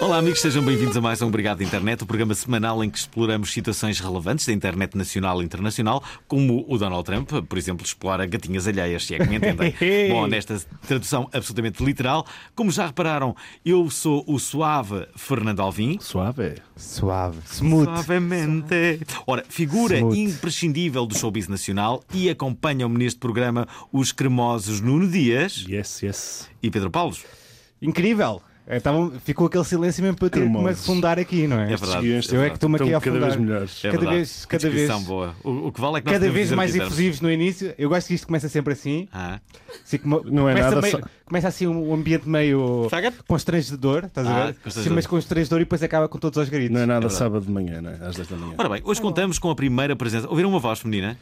Olá, amigos, sejam bem-vindos a mais um Obrigado Internet, o programa semanal em que exploramos situações relevantes da internet nacional e internacional, como o Donald Trump, por exemplo, explora gatinhas alheias, se é que me entendem. Bom, nesta tradução absolutamente literal, como já repararam, eu sou o suave Fernando Alvim. Suave. Suave. Smooth. Suavemente. Ora, figura Smooth. imprescindível do showbiz nacional e acompanham-me neste programa os cremosos Nuno Dias Yes, yes. e Pedro Paulos. Incrível! Então, ficou aquele silêncio mesmo para eu ter que me Cremosos. afundar aqui, não é? É verdade. Estes guiões Eu é que estou-me aqui a estão cada afundar. vez melhores. É Cada verdade. vez- cada Que descrição vez- boa. O, o que vale é que nós Cada podemos vez dizer mais que quisermos. efusivos no início. Eu gosto que isto começa sempre assim. Ah. assim como- Não é começa, nada meio- só- começa assim um ambiente meio Faggot? constrangedor, estás Ah, a ver? constrangedor. Sim, mas constrangedor e depois acaba com todos os gritos. Não é nada verdade. sábado de manhã, não é? Às 10 da manhã. Ora bem, hoje contamos com a primeira presença. Ouviram uma voz feminina?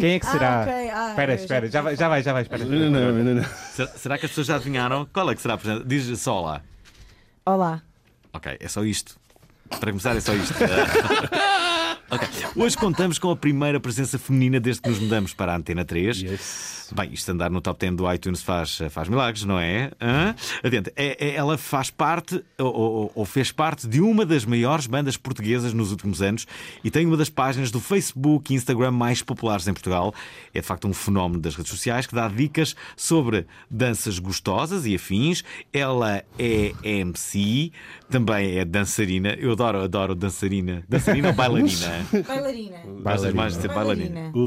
Quem é que Ah, será? ok. Ah, espera, eu já- espera, já vai, já vai, já vai, espera. Não, não, não, não. Será, será que as pessoas já adivinharam? Qual é que será a presença? Diz só lá. Olá. Ok, é só isto. Para começar, é só isto. Ok. Hoje contamos com a primeira presença feminina desde que nos mudamos para a Antena 3. Yes. Bem, isto andar no top 10 do iTunes faz, faz milagres, não é? Hã? Adiante. É- é- ela faz parte, ou, ou- ou fez parte, de uma das maiores bandas portuguesas nos últimos anos e tem uma das páginas do Facebook e Instagram mais populares em Portugal. É de facto um fenómeno das redes sociais que dá dicas sobre danças gostosas e afins. Ela é MC, também é dançarina. Eu adoro, adoro dançarina. Dançarina ou bailarina? Bailarina. Gostas mais de ser bailarina? Bailarina.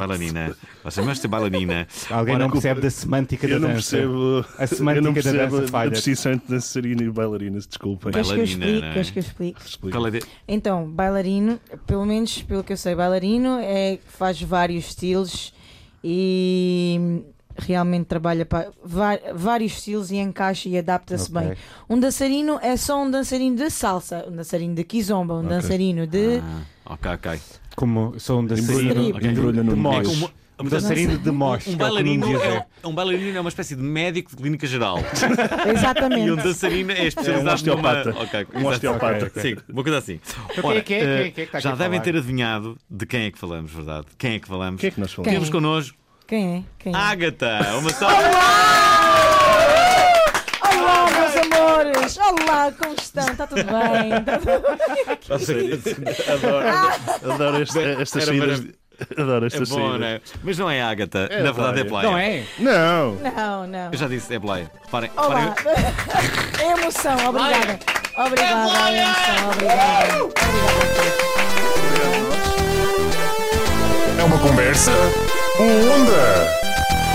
Bailarina. Gostas mais de ser bailarina? Alguém Ora, não percebe da semântica da Eu não dança. percebo A semântica eu não da dança percebo a, falha. a distinção entre dançarina e bailarinas, desculpem. Bailarina, Queres não é? que eu explique? Queres que eu explique? Explica. Qual é de... Então, bailarino, pelo menos pelo que eu sei, bailarino é que faz vários estilos e realmente trabalha para va- vários estilos e encaixa e adapta-se Ok. bem. Um dançarino é só um dançarino de salsa, um dançarino de kizomba, um dançarino de Ah, ok, ok. Como sou um dançarino Embrulha- de, embrulha no de meio. mosh. Um dançarino de mosh. Um é o que não bailarino, dizem. é, um bailarino é uma espécie de médico de clínica geral. e um exatamente. dançarino é especializado É um osteopata. numa... Ok, Um osteopata. exato. Sim, uma coisa assim. eh, quem é que é? Quem é que é que está já aqui a devem falar? ter adivinhado de quem é que falamos, verdade? Quem é que falamos? Quem é que nós falamos? Quem? Temos connosco Quem é? Quem é? Ah, Ágata. Uma salva. Olá, meus amores! Olá, como estão? Está tudo bem? Está tudo Adoro esta- estas Era saídas. marav- Adoro É estas bom, saídas. não é? Mas não é Ágata. É Na verdade é Playa. Playa. Não é? Não! Não, não. Eu já disse, é Playa. Parem, Olá! parem. Emoção, obrigada. É Obrigada, emoção, obrigada. Uh! É uma conversa boa onda.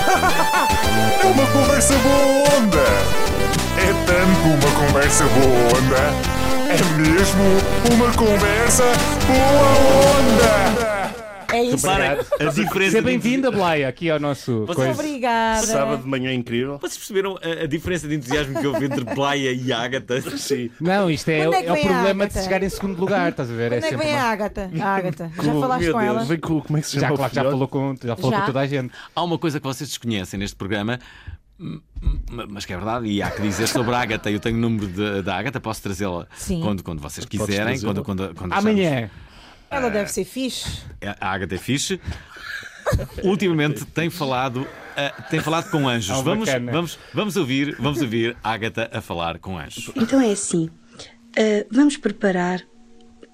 É uma conversa boa onda. É tanto uma conversa boa onda. É mesmo uma conversa boa onda. É isso. Reparem a diferença. Seja de- bem-vinda, Blaia, aqui ao nosso Vocês- é coisa. Obrigada. Sábado de manhã é incrível. Vocês perceberam a, a diferença de entusiasmo que houve entre Playa e Ágata? Sim. Não, isto é, Quando é que é o vem a problema de Ágata? se chegar em segundo lugar, estás a ver? É Onde é que sempre vem a uma- Ágata? A Ágata. Já falaste Meu com Deus, ela? vem com- como é que se Já, chama o claro, que já filhote? falou, com, já falou Já. com toda a gente. Há uma coisa que vocês desconhecem neste programa, m- m- mas que é verdade, e há que dizer sobre a Ágata. Eu tenho o número de- da Ágata, posso trazê-la Sim. quando, quando vocês quiserem. trazê-la. Quando, quando, quando Amanhã. Ela deve ser fixe. acharmos. A Ágata é fixe. Ultimamente tem falado, ah, tem falado com anjos. Ah, vamos, bacana. vamos, vamos ouvir, vamos ouvir a Ágata a falar com anjos. Então é assim: ah, vamos preparar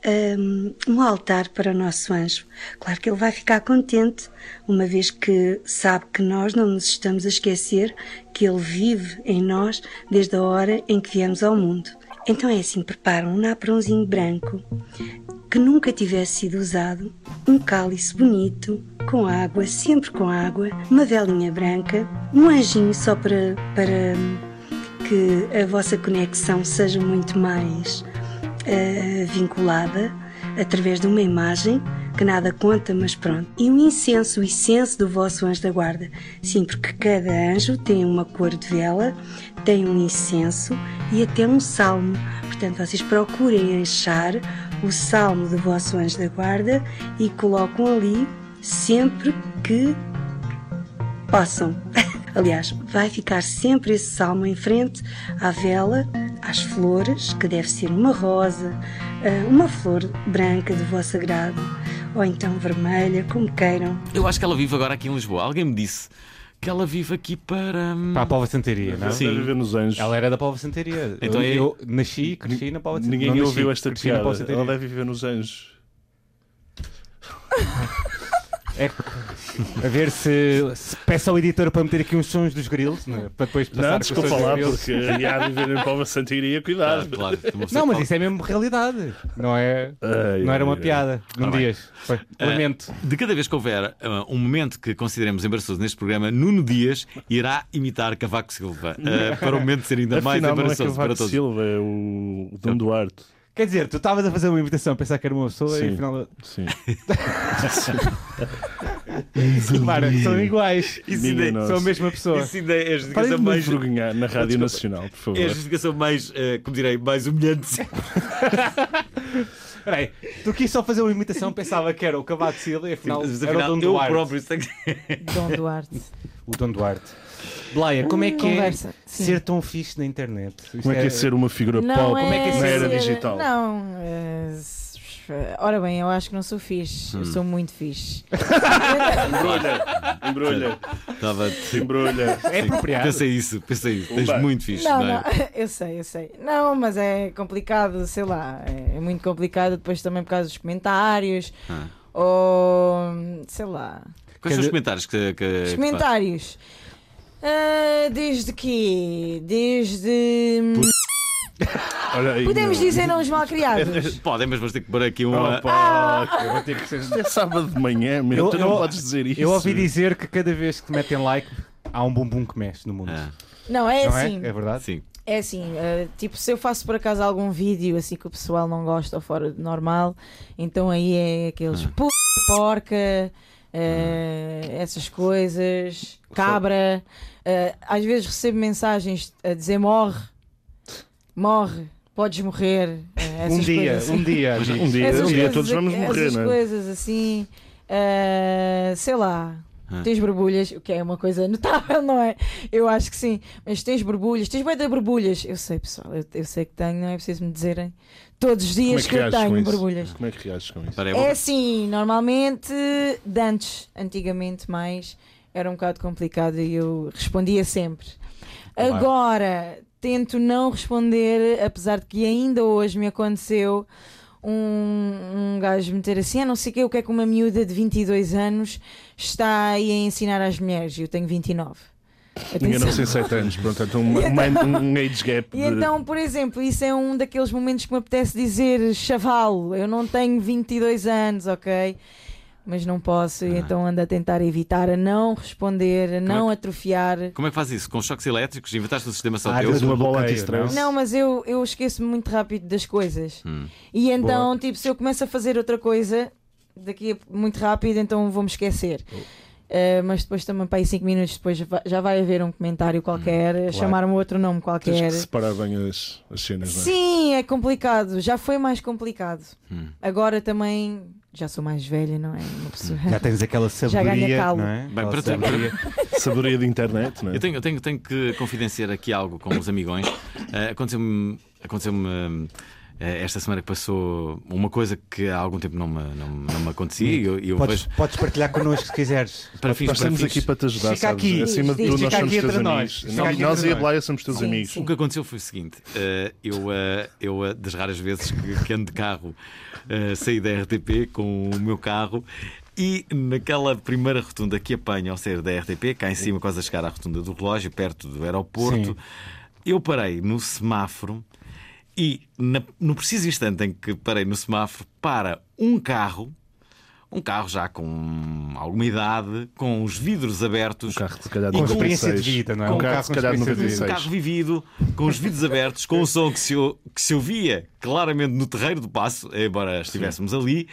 ahm, um altar para o nosso anjo. Claro que ele vai ficar contente, uma vez que sabe que nós não nos estamos a esquecer que ele vive em nós desde a hora em que viemos ao mundo. Então é assim: preparam um naprãozinho branco que nunca tivesse sido usado, um cálice bonito, com água, sempre com água, uma velinha branca, um anjinho só para. para que a vossa conexão seja muito mais eh, vinculada através de uma imagem que nada conta, mas pronto. E o incenso, o incenso do vosso anjo da guarda. Sim, porque cada anjo tem uma cor de vela, tem um incenso e até um salmo. Portanto, vocês procurem achar o salmo do vosso anjo da guarda e colocam ali sempre que possam. Aliás, vai ficar sempre esse salmo em frente à vela, às flores, que deve ser uma rosa, ah, uma flor branca de vosso agrado, ou então vermelha, como queiram. Eu acho que ela vive agora aqui em Lisboa. Alguém me disse que ela vive aqui para. hum, Para a Pova Santaria, não é? Sim. Sim. viver nos anjos. Ela era da Pova Santaria. Então Então é- eu, eu nasci e cresci na Pova Santaria. Ninguém Não nasci, ouviu esta cresci na piada. Pova Santaria. Ela deve viver nos anjos. É que- a ver se, se peço ao editor para meter aqui uns sons dos grilos, né? para depois passar Não, com os sons desculpa dos lá, grilos. porque ia a viver em Pova Santiria, Ah, cuidado. claro, uma pessoa Não, mas que isso é mesmo realidade. Não é. Ai, não era uma ai, Tá É. ai. piada. Num bem. dias. Foi. Lamento. De cada vez que houver ah, um momento que consideremos embaraçoso neste programa, Nuno Dias irá imitar Cavaco Silva ah, para o momento ser ainda mais Afinal, não é embaraçoso para Cavaco todos. Silva, é o Dom Duarte. Quer dizer, tu estavas a fazer uma invitação a pensar que era uma pessoa e Sim. afinal. Sim. Claro, são iguais. Isso Minha ainda- é- nossa. São a mesma pessoa. Isso ainda é a Parem justificação de me mais. envergonhar na Rádio Nacional, por favor. É a justificação mais, ah, como direi, mais humilhante. de sempre. Espera aí, tu quis só fazer uma imitação, pensava que era o Cavaco Silva e afinal, Mas, era afinal, o Dom eu Duarte. próprio sei que- Dom Duarte. O Dom Duarte. Blaia, como é que Conversa, é sim. ser tão fixe na internet? Isto Como é que é ser uma figura pop como é que é na era ser- digital? Não. eh, s- Ora bem, eu acho que não sou fixe. Hum. Eu sou muito fixe. Embrulha, embrulha, Estava. embrulha. É apropriado. Pensei isso, pensei isso. Tens Pumba. muito fixe, Não, não, não, é? eu sei, eu sei. Não, mas é complicado, sei lá. É é muito complicado depois também por causa dos comentários. Ah. Ou. sei lá. Quais são os dizer- comentários que. que- Os que comentários. Ah, desde que? Desde. Olha aí, Podemos meu. dizer não os faz? malcriados? Podem, mas vamos ter que pôr aqui uma. Oh, pá, eu vou ter que ser- É sábado de manhã, Ah! meu. Eu- tu não eu- podes dizer isso. Eu ouvi dizer que cada vez que metem like, há um bumbum que mexe no mundo. Ah, Não, é não assim. é? É verdade? sim. É assim, eh, tipo, se eu faço por acaso algum vídeo assim que o pessoal não gosta ou fora do normal, então aí é aqueles Ah. p***, porca, eh, essas coisas, cabra. eh, às vezes recebo mensagens a dizer morre, morre, podes morrer. eh, essas Um dia, coisas, um dia, amigos. Um dia, Essas um dia coisas- todos vamos morrer, Essas não é? coisas assim, eh, sei lá. Ah. Tens borbulhas, o que é uma coisa notável, não é? Eu acho que sim, mas tens borbulhas, tens bem de borbulhas. Eu sei, pessoal, eu, eu sei que tenho, não é preciso me dizerem todos os Como é dias que que, eu reages com tenho isso? borbulhas. Como é que reages com isso? Espera aí, vou- É assim, normalmente, de antes, antigamente mais, era um bocado complicado e eu respondia sempre. Claro. Agora, tento não responder, apesar de que ainda hoje me aconteceu um, um gajo meter assim, ah, não sei o que, o que é que uma miúda de 22 anos está aí a ensinar às mulheres, e eu tenho 29. Ninguém não Atenção. sei 7 anos, pronto, então um, um, um age gap. E de- então, por exemplo, isso é um daqueles momentos que me apetece dizer chavalo. Eu não tenho 22 anos, ok? Mas não posso, Ah. e então ando a tentar evitar, a não responder, a não atrofiar. Como é que faz isso? Com choques elétricos? Inventaste um sistema só Ah, teu? Tens uma bola Bloqueio, anti-stress. Não, mas eu, eu esqueço-me muito rápido das coisas. Hum. E então, tipo, se eu começo a fazer outra coisa, daqui a muito rápido, então vou-me esquecer. Oh. Eh, mas depois também, para aí 5 minutos depois, já vai- já vai haver um comentário qualquer, a chamar-me outro nome qualquer. Hum, Tens que separar bem as, as cenas, não é? Sim, é complicado. Já foi mais complicado. Hum. Agora também já sou mais velha, não é? Uma pessoa. Hum. Já tens aquela ganha sabedoria, calo. não é? Bem, Aquela para tu- sabedoria. Sabedoria de internet, não é? Eu tenho, eu tenho, tenho que confidenciar aqui algo com os amigões. Ah, Aconteceu-me aconteceu-me, ah, esta semana que passou uma coisa que há algum tempo não me, não, me- não me acontecia e eu, e eu Podes, vejo podes partilhar connosco se quiseres. para fins Nós para estamos fins. aqui para te ajudar, Fica sabes? aqui. Acima de Diz, tudo, diz, nós fica somos aqui teus entre amigos. nós. Fica aqui Nós entre e a nós. Blaia somos teus amigos. O que aconteceu foi o seguinte: eh, eu, eh, eu eh, das raras vezes que, que ando de carro, eh, saí da RTP com o meu carro e naquela primeira rotunda que apanho ao sair da RTP, cá em cima, quase a chegar à rotunda do relógio, perto do aeroporto, Sim. eu parei no semáforo e, na- no preciso instante em que parei no semáforo, para um carro. Um carro já com alguma idade, com os vidros abertos. Um carro, se calhar, Com não experiência de 96. vida, não é? Um carro, se calhar, com experiência de vida. 96. Um carro vivido, com os vidros abertos, com um som que se, ou- que se ouvia claramente no terreiro do passo, embora estivéssemos ali,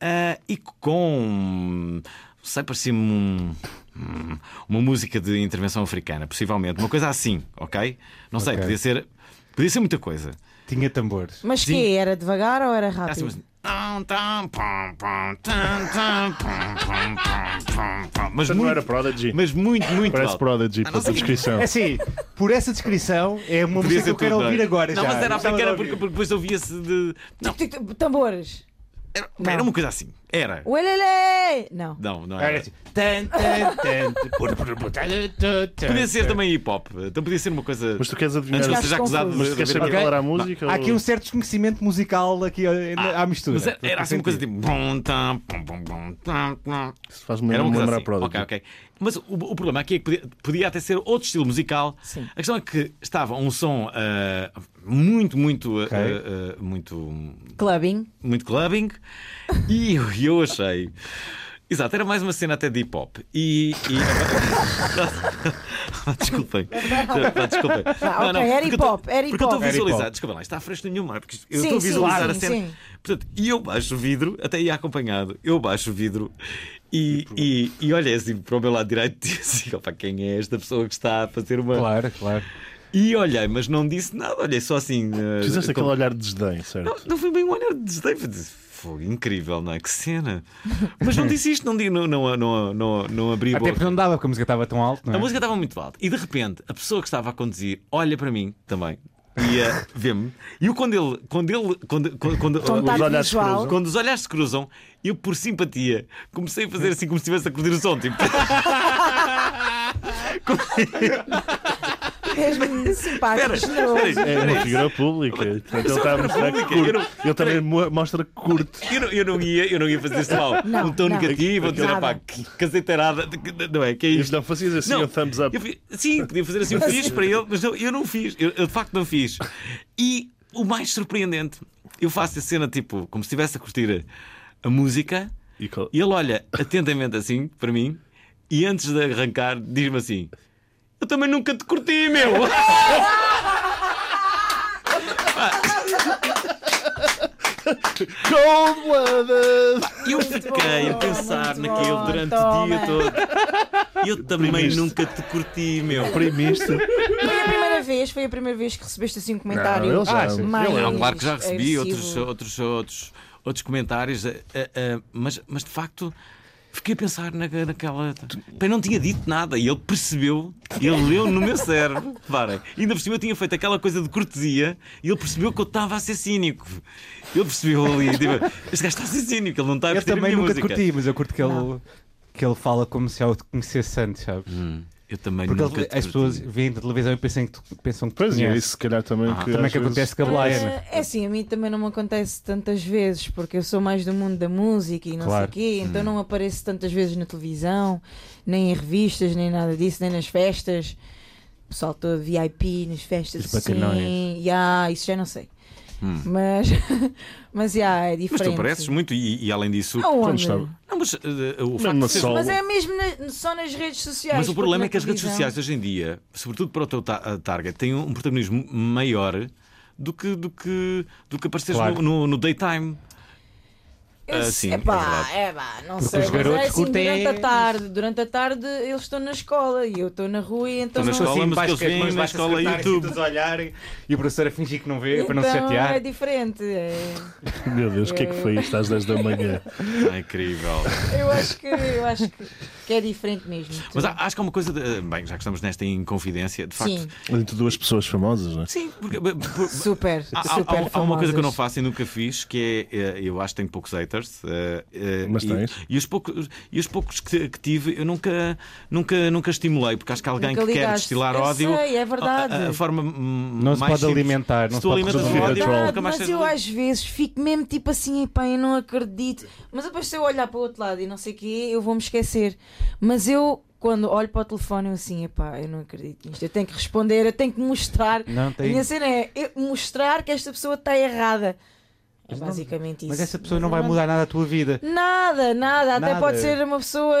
ah, e com. Sei, parecia-me um- hum, uma música de intervenção africana, possivelmente. Uma coisa assim, ok? Não sei, Ok. podia ser. Podia ser muita coisa. Tinha tambores. Mas Sim. que era devagar ou era Ah, sim, rápido? mas- Tam, tam, pam, pam, tam, tam, pam, pam, pam, pam, pam. Mas Portanto, não era muito, Prodigy. mas muito, muito Parece alto. Prodigy pela tua descrição. É assim, por essa descrição, é uma Podia música que ser eu quero tudo, ouvir não é? agora. Não, já. mas era Gostava de africana ouvir. porque, porque depois ouvia-se de. Não, Tic, tic, tic, Tambores. era, Não. era uma coisa assim. Era. Uelele! Não. Não, não Era era. assim, tan, tan, tan, pur, pur, pur, tan, tan, tan. Podia ser também hip hop. Então podia ser uma coisa. assim. Mas tu queres adivinhar? Antes que eu Ficaste seja acusado de. confuso. Mas tu queres de- saber Ok. qual era a música? Há ou- aqui um certo desconhecimento musical aqui eh, é na- à mistura. Mas era, era assim uma coisa Sentido. tipo. Bom, tam, pum, pum, pum, tam, tam. Isso Faz-me Era uma lembrar coisa lembrar assim. Prodigy. Ok, ok. Mas o, o problema aqui é que podia, podia até ser outro estilo musical. Sim. A questão é que estava um som ah, muito, muito, ah, Ok. ah, ah, muito, Clubbing. muito clubbing e eu, e eu achei. Exato, era mais uma cena até de hip hop. E. e... desculpem. Não, desculpem. ok, era porque eu hip-hop, tô- era Porque eu estou hip-hop. a Era visualizar, hip-hop. desculpa lá, isto está fresco nenhuma, porque isto- eu Sim, estou a sim, visualizar sim, a cena. sim. Portanto, e eu baixo o vidro, até ia acompanhado, eu baixo o vidro e, e, e olhei assim para o meu lado direito e disse assim: opa, quem é esta pessoa que está a fazer uma. Claro, claro. E olhei, mas não disse nada, olhei só assim. eh, Fizeste como- aquele olhar de desdém, não, certo? não foi bem um olhar de desdém. foi de- Foi incrível, não é? Que cena. Mas não disse isto, não, di- não, não, não, não, não abri a Até porque boca. não dava, porque a música estava tão alta. Não é? A música estava muito alta. E de repente, a pessoa que estava a conduzir olha para mim também. E eh, vê-me. E eu, quando ele. Quando, ele, quando, quando, quando- Contato olhares visual. quando os olhares se cruzam, eu, por simpatia, comecei a fazer assim como se estivesse a curtir o som. Tipo, Mesmo espera, simpáticos. não. espera aí, É espera uma aí. figura pública. Portanto, ele está a mostrar que pública, eu não- curte. Ele também mo- mostra que curte. Eu não, eu não ia, eu não ia fazer isso mal. Não, um tom não. negativo, ou dizer, Nada. pá, que casetarada. Não é? Que é Mas isto? não fazias assim um thumbs up. eu fi- sim, podia fazer assim um fiz para ele, mas não, eu não fiz. Eu, eu de facto não fiz. E o mais surpreendente, eu faço a cena tipo, como se estivesse a curtir a, a música, E qual- e ele olha atentamente assim para mim, e antes de arrancar, diz-me assim: Eu também nunca te curti, meu! Cold-blooded! E eu fiquei a pensar muito naquilo bom, durante o toma. dia todo. Eu também Oprimiste. nunca te curti, meu. Primista. Foi a primeira vez, foi a primeira vez que recebeste assim um comentário. Não, eu já- ah, eu- mais Não, é claro que já recebi outros, agressivo. outros, outros, outros comentários, eh, eh, eh, mas, mas de facto fiquei a pensar na, naquela. Bem, não tinha dito nada e ele percebeu, ele leu no meu cérebro. Reparem, ainda por cima eu tinha feito aquela coisa de cortesia e ele percebeu que eu estava a ser cínico. Ele percebeu ali, tipo, este gajo está a ser cínico, ele não está a Eu curtir a também minha nunca te música. curti, mas eu curto que ele, que ele fala como se eu te conhecesse antes, sabes? Hum, Eu também Porque nunca ele- te as pessoas curti. veem da televisão e pensam que, tu, pensam que tu Pois é, conheces. isso se calhar também. que Também às que vezes- acontece com a Blaia, né? É assim, a mim também não me acontece tantas vezes, porque eu sou mais do mundo da música e não Claro. sei o quê, então Uhum. não apareço tantas vezes na televisão, nem em revistas, nem nada disso, nem nas festas. O pessoal todo VIP nas festas Os assim. bacanões. Yeah, isso já não sei. Mas, mas yeah, é Hum. Mas diferente. tu pareces muito, e, e além disso. Quando Aonde? estava. Não, mas eh, o facto na de seres sola. Mas é mesmo na- só nas redes sociais. Mas o porque problema na é que as redes televisão- sociais hoje em dia, sobretudo para o teu ta- ah, target, têm um protagonismo maior do que, do que, do que apareceres Claro. no, no, no daytime. Eu Ah, sei- sim, é epá, verdade. epá, não Porque sei. os mas garotos é assim, curtem- durante a tarde, durante a tarde eles estão na escola e eu estou na rua e Estão então na não- escola, mas baixo eles com as veem mãos na baixo a escola acertar, assim, YouTube. todos a olharem e a é professora fingir que não vê para não Então, chatear. É diferente. é. Meu Deus, o que é que foi isto às 10 da manhã? Ah, incrível. Eu acho que eu acho que, que é diferente mesmo. Tu- Mas há- acho que há uma coisa. de- ah, bem, já que estamos nesta inconfidência, de facto. Sim, Entre duas pessoas famosas, não é? Sim, porque. por- por- super, há- há- há, super há uma coisa que eu não famosas. faço e nunca fiz, que é. eh, Eu acho que tenho poucos haters. eh, eh, Mas e, tens. E os poucos, e os poucos que, que tive, eu nunca, nunca, nunca estimulei, porque acho que alguém Nunca que quer ligaste. destilar Eu ódio. ah, sei, é verdade. A, a- a forma. hum, Não se mais pode simples- alimentar, não se se tu pode alimentas o produzir ódio, troll. nunca Verdade, mais mas tens eu luz. às vezes fico mesmo tipo assim, epá, eu não acredito. Mas depois se eu olhar para o outro lado e não sei o quê, eu vou-me esquecer. Mas eu, quando olho para o telefone, eu assim, epá, eu não acredito nisto. Eu tenho que responder, eu tenho que mostrar. Não, tem- A minha cena é eu mostrar que esta pessoa está errada. É basicamente Mas isso. essa pessoa não vai mudar nada a tua vida. Nada, nada. Até Nada. pode ser uma pessoa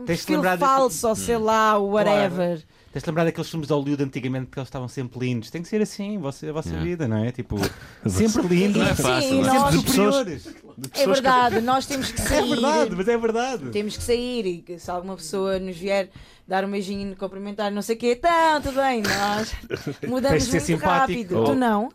um Tens de perfil lembrar de- Hum. falso ou sei lá, whatever. Tens de lembrar daqueles filmes de Hollywood antigamente que eles estavam sempre lindos. Tem que ser assim, você, a vossa vida, não é? Tipo, sempre lindos. Não é fácil, Sim, não é? nós- Sempre superiores. de É pessoas verdade, nós temos que sair. É verdade, mas é verdade. Temos que sair e que se alguma pessoa nos vier dar um beijinho, cumprimentar, não sei o quê, então, tudo bem, nós Tens mudamos de ser muito simpático. rápido. Oh. Tu não,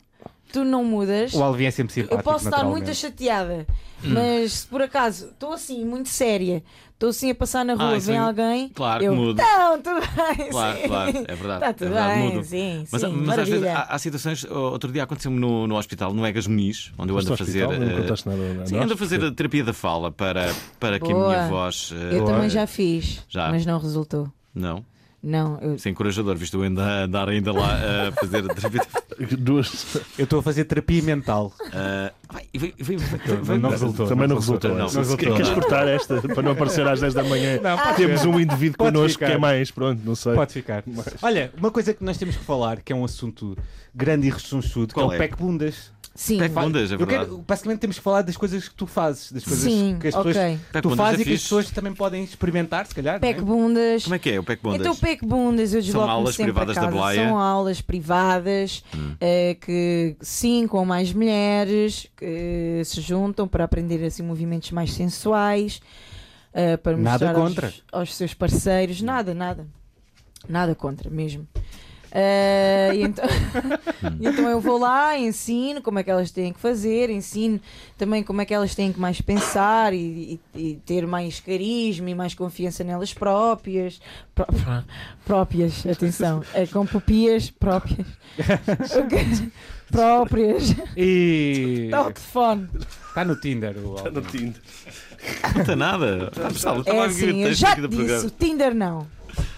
tu não mudas. O Alvin é sempre simpático. Eu posso estar naturalmente. muito chateada, Hum. mas se por acaso estou assim, muito séria, estou assim a passar na rua, Ah, isso vem aí- alguém, claro, eu, mudo. Então, tudo bem, Claro, sim. claro, é verdade. Está tudo é verdade, bem, mudo. sim, Mas, sim, mas às vezes maravilha. há, há situações. ó, Outro dia aconteceu-me no, no hospital, no Egas Muniz, onde eu Foste ando ao a fazer. hospital? Não eh, contaste nada a sim, nós, ando a fazer a terapia da fala para, para que a Boa. minha voz. eh, Eu também já fiz, Já. mas não resultou. Não. Não, eu, Isso é encorajador, visto eu ainda andar ainda lá a fazer a terapia. que- duas. Eu estou a fazer terapia mental. Ah, vai, e veio- veio- veio- Não, não resultou. Também não resultou, resultou. não. essa. Não resultou Queres nada. cortar esta para não aparecer às 10 da manhã? Não, pode Temos ser. um indivíduo Pode connosco ficar. que é mais, pronto, não sei. Ah. Pode ficar. Olha, uma coisa que nós temos que falar, que é um assunto grande e ressonchudo, que é Qual o é? PEC Bundas. sim, Pec bundas, é Eu quero- verdade. basicamente temos que falar das coisas que tu fazes, das coisas Sim, que as ok. pessoas que Pec tu bundas fazes é e que as fixe. pessoas também podem experimentar, se calhar. não pec é? bundas. Como é que é o Peck Bondas? Então, pego bundas, eu desloco aulas sempre privadas a da Hum. casa. Blaia? São aulas privadas eh, que cinco ou mais mulheres que se juntam para aprender assim movimentos mais sensuais, eh, para Nada mostrar contra. Aos, aos seus parceiros, nada, nada, nada contra mesmo. Eh, e então, e então eu vou lá, ensino como é que elas têm que fazer, ensino também como é que elas têm que mais pensar e, e- e ter mais carisma e mais confiança nelas próprias. Pró- pró- próprias, atenção, é com pupias próprias. O quê? próprias. E. Dá o telefone. Está Tá no Tinder. O Tá No Tinder. Não está nada. Ah, pessoal, eu É estava a ver o assim, eu texto já aqui te do disse, o programa. Tinder não.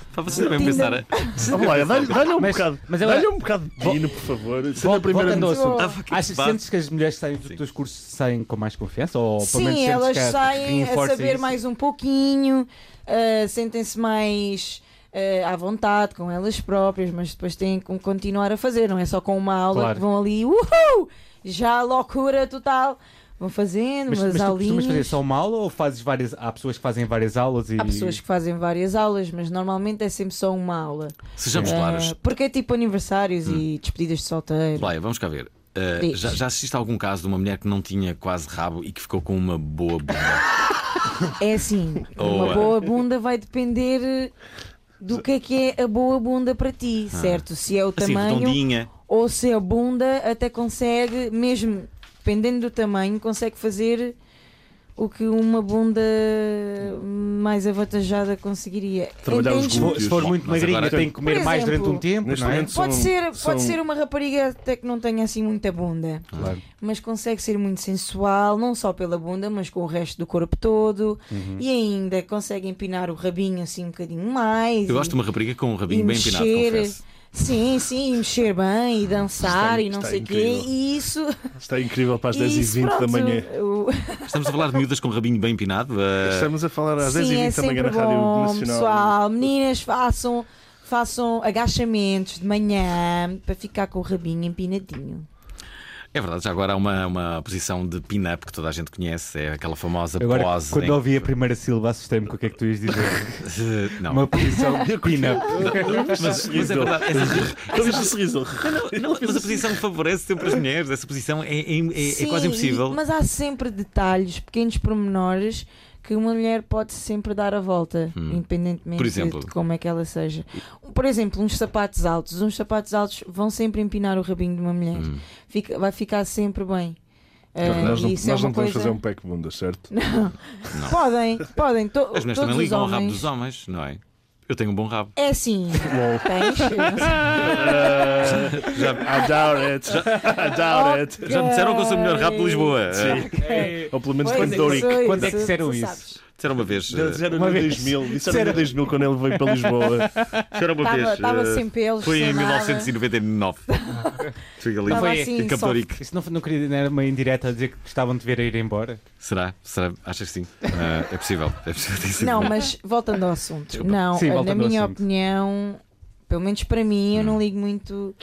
Estava sempre a pensar. Vamos lá, dá-lhe dá-lhe um Mas- bocado. mas agora- Dá-lhe um bocado de dino, por favor. Sendo a Vol- primeira Voltando ao noite. assunto. Oh. Estava aqui, Achas, pá. sentes que as mulheres saem dos Sim. teus cursos saem com mais confiança? Ou pelo menos Sim, sentes elas que há- saem a reinforcem saber isso? mais um pouquinho, ah, sentem-se mais ah, à vontade com elas próprias, mas depois têm que continuar a fazer, não é só com uma aula Claro. que vão ali, uhul! Já a loucura total. Vão fazendo Mas, mas umas tu costumas aulinhas. fazer só um uma aula ou fazes várias. Há pessoas que fazem várias aulas e. Há pessoas que fazem várias aulas, mas normalmente é sempre só uma aula. Sejamos Ah, claros. porque é tipo aniversários e despedidas de solteiro. Laia, vamos cá ver. Uh, Diz. já, já assististe a algum caso de uma mulher que não tinha quase rabo e que ficou com uma boa bunda? É assim, Boa. uma boa bunda vai depender eh, do que é que é a boa bunda para ti, certo? Se é o Assim, tamanho redondinha. ou se a bunda até consegue, mesmo dependendo do tamanho, consegue fazer o que uma bunda mais avantajada conseguiria. Trabalhar os Entendes? Se for- Se for Bom, muito mas magrinha, agora- tem que comer Por mais exemplo, durante um tempo. neste não é? momento são- Pode, ser, são- pode ser uma rapariga até que não tenha assim muita bunda. Claro. mas consegue ser muito sensual, não só pela bunda, mas com o resto do corpo todo. Uhum. E ainda consegue empinar o rabinho assim um bocadinho mais. Eu gosto de uma rapariga com um rabinho bem empinado, confesso. Sim, sim, e mexer bem e dançar Está- e não está sei o quê. incrível. E isso. Está incrível para as isso, 10h20 da pronto, manhã. o- Estamos a falar de miúdas com um rabinho bem empinado. uh, Estamos a falar às Sim, é 10h20 da manhã na sempre Rádio bom, Nacional. pessoal. Meninas, façam, façam agachamentos de manhã para ficar com o rabinho empinadinho. É verdade, já agora há uma, uma posição de pin-up que toda a gente conhece, é aquela famosa Agora, pose. né? quando né? em- ouvi a primeira sílaba, assustei-me com o que é que tu ias dizer. Uh, Não, Uma posição de pina. Mas, mas, mas é verdade, essa, Eu vejo o sorriso. não, é mas a posição favorece sempre as mulheres, essa posição é, é- é- é Sim, quase impossível. e- mas há sempre detalhes, pequenos pormenores que uma mulher pode sempre dar a volta, independentemente Hum. Por de- exemplo? de como é que ela seja. Por exemplo, uns sapatos altos. Uns sapatos altos vão sempre empinar o rabinho de uma mulher. Hum. Fica- vai ficar sempre bem. Ah, Nós não, e isso nós é uma não podemos coisa... fazer um pack bunda, certo? Podem, podem. to- As mulheres todos também os ligam ao rabo homens- dos homens, não é? Eu tenho um bom rabo. É assim. Tens. Já, I doubt it. I doubt it. Já me disseram que eu sou o melhor rabo de Lisboa. É. Uh, É. Ou pelo menos Pois, tanto Doric. isso, Quando é que isso, disseram tu isso? sabes. Disseram uma vez. uh, é. Disseram Uma no vez. 2000. Disseram Sério? no 2000 quando ele veio para Lisboa. Era uma Tava- vez. tava assim eh, sem pelos, Foi sem em nada. 1999. Fui ali. Tava Foi assim, em Captoric. soft. Isso não, não queria não era uma indireta a dizer que gostavam de ver a ir embora? Será? Será? Achas que sim? Ah, é possível. É possível ter sido. Não, mas voltando ao assunto, Desculpa. não, Sim, na voltando ao minha assunto. opinião, pelo menos para mim, eu Hum. não ligo muito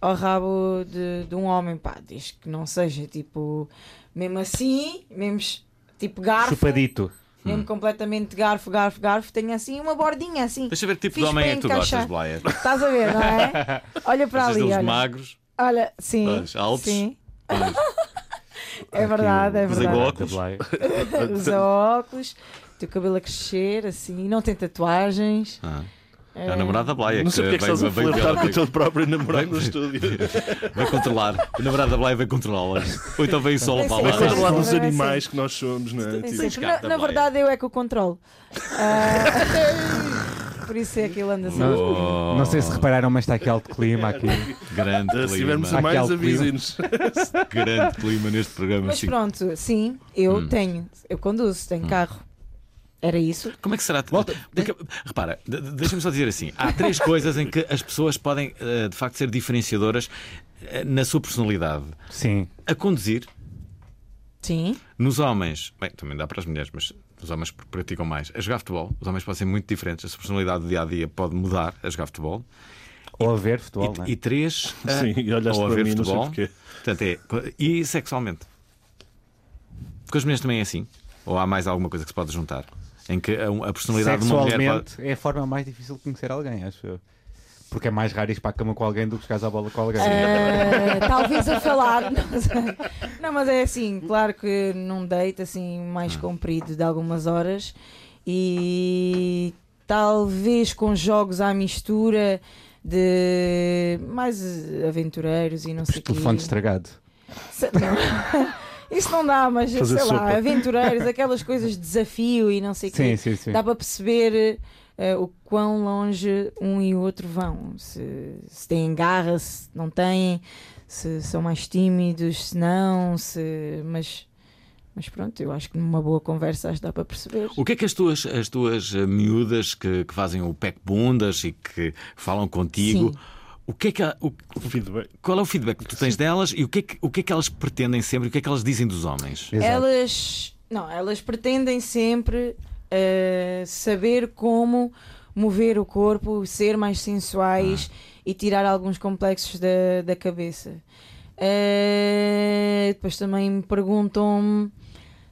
ao rabo de, de um homem, pá, diz que não seja tipo, mesmo assim, mesmo ch- tipo garfo, Chupadito. Hum. mesmo completamente garfo, garfo, garfo, tenho assim uma bordinha assim. Deixa eu ver que tipo Fiz de homem para é que tu gostas, encaixar. Blaia. Estás a ver, não é? Olha para Gostas ali, deles olha. magros? Olha, sim. Dois altos. Sim. É verdade, é Usa verdade. igual Tablaio. Usa óculos, teu cabelo a crescer, assim, não tem tatuagens. Ah. É a namorada da Blaia. Não sei porque é que vem- estás a vem- vem- flertar com o vem- teu próprio namorado no estúdio. Vai controlar. A namorada da Blaia vai controlá-las. Ou então vem só Vai para ser- Vai Claro. controlar lá. ser- os animais que nós somos, não é? Sim, Tipo, sim, escape na, da na boia. verdade, eu é que o controlo. Ah, por isso é que ele anda Não, só. Oh. não sei se repararam, mas está aqui alto clima aqui. Oh, Grande Ah, se tivermos clima. a mais, Aquele avisem-nos. Grande clima neste programa. Mas sim. pronto, sim, eu tenho, eu conduzo, tenho carro. Era isso? Como é que será? Porque- repara, de- de- deixa-me só dizer assim: há três coisas em que as pessoas podem eh, de facto ser diferenciadoras eh, na sua personalidade: Sim. a conduzir, Sim. Nos homens, bem, também dá para as mulheres, mas os homens praticam mais. A jogar futebol, os homens podem ser muito diferentes, a sua personalidade do dia a dia pode mudar a jogar futebol. Ou a ver futebol, não é? E, e três, a- Sim, e olhaste ou a para ver mim, não sei futebol. porquê. Portanto, é, co- e sexualmente. Porque as mulheres também é assim. Ou há mais alguma coisa que se pode juntar? Em que a, a personalidade de uma mulher pode. Sexualmente é a forma mais difícil de conhecer alguém, acho eu. Porque é mais raro ir para a cama com alguém do que chegares à bola com alguém. Ah, talvez a falar. não sei. Não, mas é assim, claro que num date assim mais Hum. comprido de algumas horas e talvez com jogos à mistura de mais eh, aventureiros e não sei Este o quê. telefone estragado. Se- não. Isso não dá, mas Fazer sei sopa. lá, aventureiros, aquelas coisas de desafio e não sei o quê. Sim, sim, sim. Dá para perceber eh, o quão longe um e o outro vão. Se, se têm garra, se não têm, se são mais tímidos, se não, se. Mas, mas pronto, eu acho que numa boa conversa acho que dá para perceber. O que é que as tuas, as tuas eh, miúdas que, que fazem o pack bundas e que falam contigo, Sim. o que é que, há- o, O feedback. Qual é o feedback que tu tens delas e o que, é que, o que é que elas pretendem sempre e o que é que elas dizem dos homens? Exato. Elas. Não, elas pretendem sempre eh, saber como mover o corpo, ser mais Uhum. sensuais e tirar alguns complexos da, da cabeça. Eh, depois também me perguntam,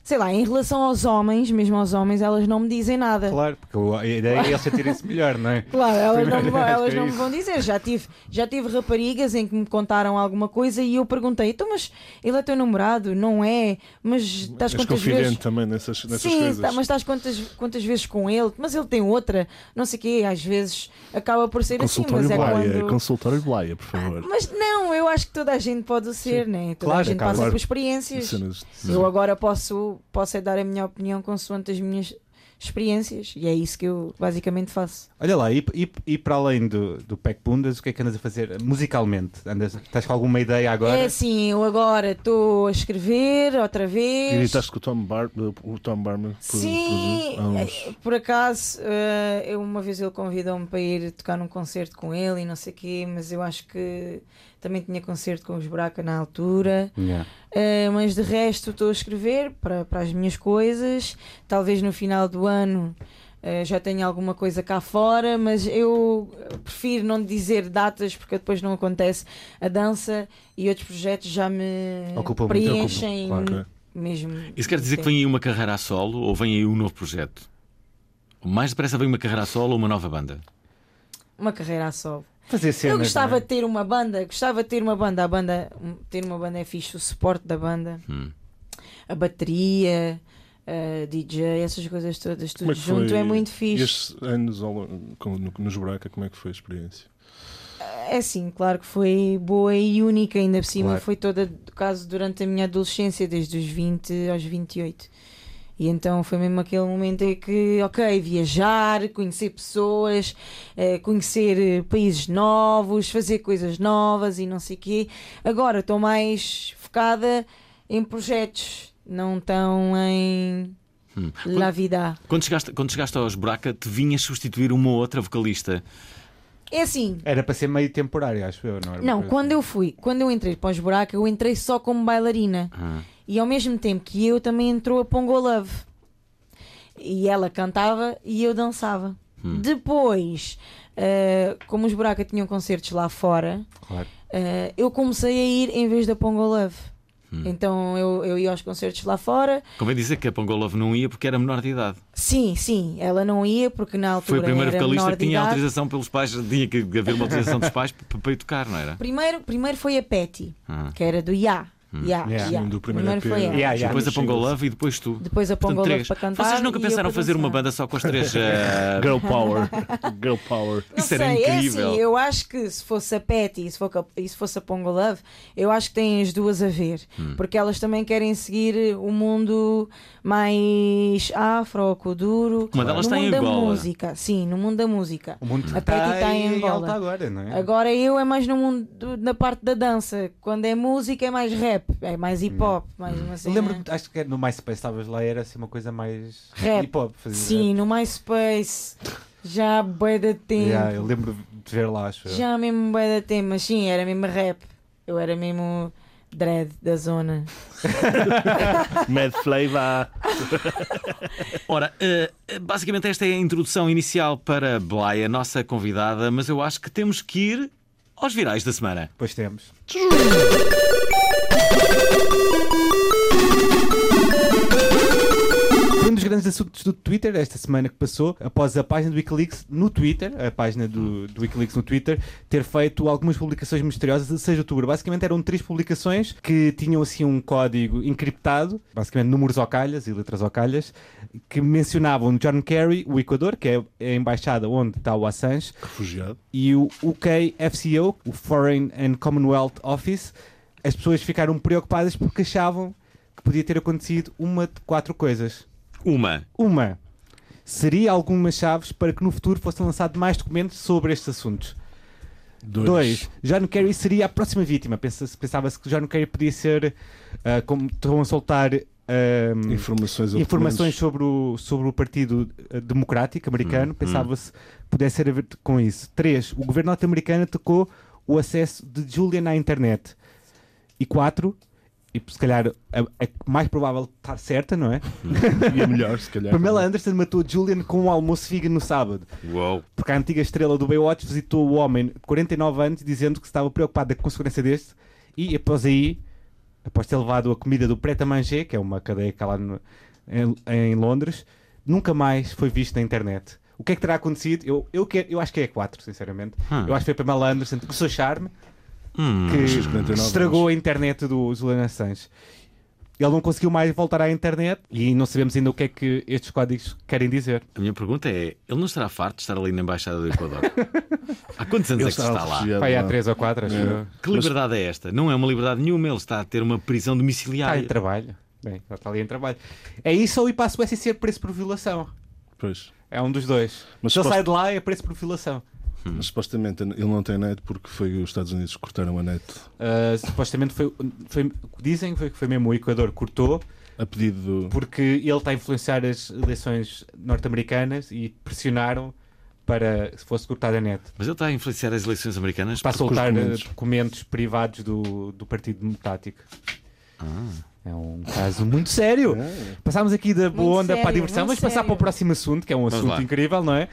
sei lá, em relação aos homens, mesmo aos homens, elas não me dizem nada. Claro, porque o- a ideia é eles sentirem-se melhor, não é? Claro, elas não, me vão- Acho que elas é não me isso. vão dizer. Já tive, já tive raparigas em que me contaram alguma coisa e eu perguntei: então, mas ele é teu namorado? Não é? Mas estás És quantas vezes? confidente também nessas, nessas Sim, coisas. tá, mas estás quantas, quantas vezes com ele? Mas ele tem outra, não sei o quê, às vezes acaba por ser assim, mas Consultório é Blaia, quando. consultório Blaia, por favor. Mas não, eu acho que toda a gente pode o ser, né? Toda Claro, a gente claro. passa Claro. por experiências. Cenas de- Eu agora posso, posso é dar a minha opinião consoante as minhas experiências e é isso que eu basicamente faço. Olha lá, e, e- e para além do, do Pack Bundas, o que é que andas a fazer musicalmente? Andas, estás com alguma ideia agora? É assim, eu agora estou a escrever outra vez. Irritaste com o Tom, Bar o Tom Barman por, Ah, Sim, por, há uns- por acaso, eh, eu uma vez ele convidou-me para ir tocar num concerto com ele e não sei o quê, mas eu acho que também tinha concerto com os Braca na altura. Yeah. Eh, mas de resto, estou a escrever para, para as minhas coisas. Talvez no final do ano eh, já tenha alguma coisa cá fora, mas eu prefiro não dizer datas porque depois não acontece. A dança e outros projetos já me Ocupa muito, preenchem. ocupa, claro. Mesmo Isso quer dizer que vem aí uma carreira a solo ou vem aí um novo projeto? Mais depressa vem uma carreira a solo ou uma nova banda? uma carreira a solo. Fazer cenas. Eu gostava não é? de ter uma banda, gostava de ter uma banda. A banda, ter uma banda é fixe, o suporte da banda, Hum. a bateria, a DJ, essas coisas todas, tudo Como é que junto foi é muito fixe. Estes anos ao longo- com- no- nos Braca, como é que foi a experiência? É sim, claro que foi boa e única, ainda por cima Claro. foi toda, do caso, durante a minha adolescência, desde os 20 aos 28. E então foi mesmo aquele momento em que, ok, viajar, conhecer pessoas, eh, conhecer eh, países novos, fazer coisas novas e não sei o quê. Agora estou mais focada em projetos, não tão em Hum. La Vida. Quando chegaste, quando chegaste aos Buraca, te vinhas substituir uma outra vocalista. É assim, Era para ser meio temporário, acho eu, não era? assim. Não, assim. quando eu fui, quando eu entrei para os buracos, eu entrei só como bailarina. Ah. E ao mesmo tempo que eu também entrou a Pongo Love. E ela cantava e eu dançava. Hum. Depois, eh, como os buracos tinham concertos lá fora, Claro. eh, eu comecei a ir em vez da Pongo Love. Hum. Então eu, eu ia aos concertos lá fora. Convém dizer que a Pangolov não ia porque era menor de idade. Sim, sim, ela não ia porque na Foi altura a primeira era vocalista menor que de tinha idade. autorização pelos pais, tinha que haver uma autorização dos pais para, para ir tocar, não era? Primeiro, primeiro foi a Petty, Ah. que era do Ya. Yeah, Yeah. yeah. Do primeiro EP. foi ela. Yeah, yeah. Depois a Pongo Love e depois tu. Depois a Portanto, Pongo Love três. para cantar. Vocês nunca e eu pensaram para fazer uma dançar. banda só com as três? eh, Girl power. Girl power. Não Isso sei, era É incrível. assim, eu acho que se fosse a Petty e se foca- e se fosse a Pongo Love, eu acho que têm as duas a ver. Porque elas também querem seguir o mundo mais afro, duro. Uma delas no está em mundo da Angola. música. Sim, no mundo da música. O mundo tá A Patty está em Angola. alta agora, não é? Agora eu é mais no mundo, do- na parte da dança. Quando é música é mais rap, é mais hip hop, mais uma Eu cena- lembro-me, acho que no MySpace estavas lá, era assim uma coisa mais Rap. hip hop. fazia Sim, no MySpace já há bué de rap. tempo. Yeah, eu lembro de ver lá, acho. eu. Já há mesmo bué de tempo, mas sim, era mesmo rap. Eu era mesmo dread da zona. Mad Flavor. Ora, eh, basicamente esta é a introdução inicial para Blay, a nossa convidada, mas eu acho que temos que ir aos virais da semana. Depois temos. Temos Um grandes assuntos do Twitter esta semana que passou, após a página do Wikileaks no Twitter, a página do, do Wikileaks no Twitter, ter feito algumas publicações misteriosas a 6 de outubro. Basicamente eram três publicações que tinham assim um código encriptado, basicamente números ao calhas e letras ao calhas, que mencionavam John Kerry, o Equador, que é a embaixada onde está o Assange, Refugiado. e o UKFCO, o Foreign and Commonwealth Office, as pessoas ficaram preocupadas porque achavam que podia ter acontecido uma de quatro coisas. Uma. Uma, seria algumas chaves para que no futuro fossem lançados mais documentos sobre estes assuntos. Dois. Dois, John Kerry seria a próxima vítima. Pensa- Pensava-se que John Kerry podia ser, ah, como estão a soltar ah, Informações ou informações sobre o, sobre o Partido eh, Democrático americano, pensava-se que pudesse ter a ver com isso. Três, o governo norte-americano atacou o acesso de Julian à internet. E quatro, e se calhar a, a mais provável estar certa, não é? documentos. E é melhor, se calhar. Pamela Anderson matou Julian com um almoço vegan no sábado, Uou. porque a antiga estrela do Baywatch visitou o homem de 49 anos dizendo que estava preocupada com a consequência deste e após aí após ter levado a comida do Preta Manger, que é uma cadeia que há lá no- em, em Londres, nunca mais foi visto na internet. O que é que terá acontecido? Eu, eu, que- eu acho que é a 4, sinceramente. Ah. Eu acho que foi a Pamela Anderson com o seu charme Hum. Esses que 49 estragou a internet do Julian Assange. Ele não conseguiu mais voltar à internet e não sabemos ainda o que é que estes códigos querem dizer. A minha pergunta é: ele não estará farto de estar ali na Embaixada do Equador? Há quantos anos Ele é que está lá? refugiado Pai, há lá. 3 ou 4, acho É. eu. Que liberdade é esta? Não é uma liberdade nenhuma, ele está a ter uma prisão Está Tá em domiciliária. trabalho. Bem, já está ali em trabalho. É isso ou ir para a Suécia e ser preso por violação. Pois. É um dos dois. Mas se ele posso- sai de lá é preso por violação. Mas supostamente ele não tem net porque foi os Estados Unidos que cortaram a net Uh, supostamente foi, foi- Dizem foi que foi mesmo o Equador que cortou, a pedido do. porque ele está a influenciar as eleições norte-americanas e pressionaram para que fosse cortada a net. Mas ele está a influenciar as eleições americanas? Para os soltar uh, documentos. documentos. privados do, do Partido Democrático. Ah. É um caso muito sério. É. Passámos aqui da boa Muito onda para a sério, diversão, muito vamos passar sério. para o próximo assunto, que é um assunto lá. incrível, não é?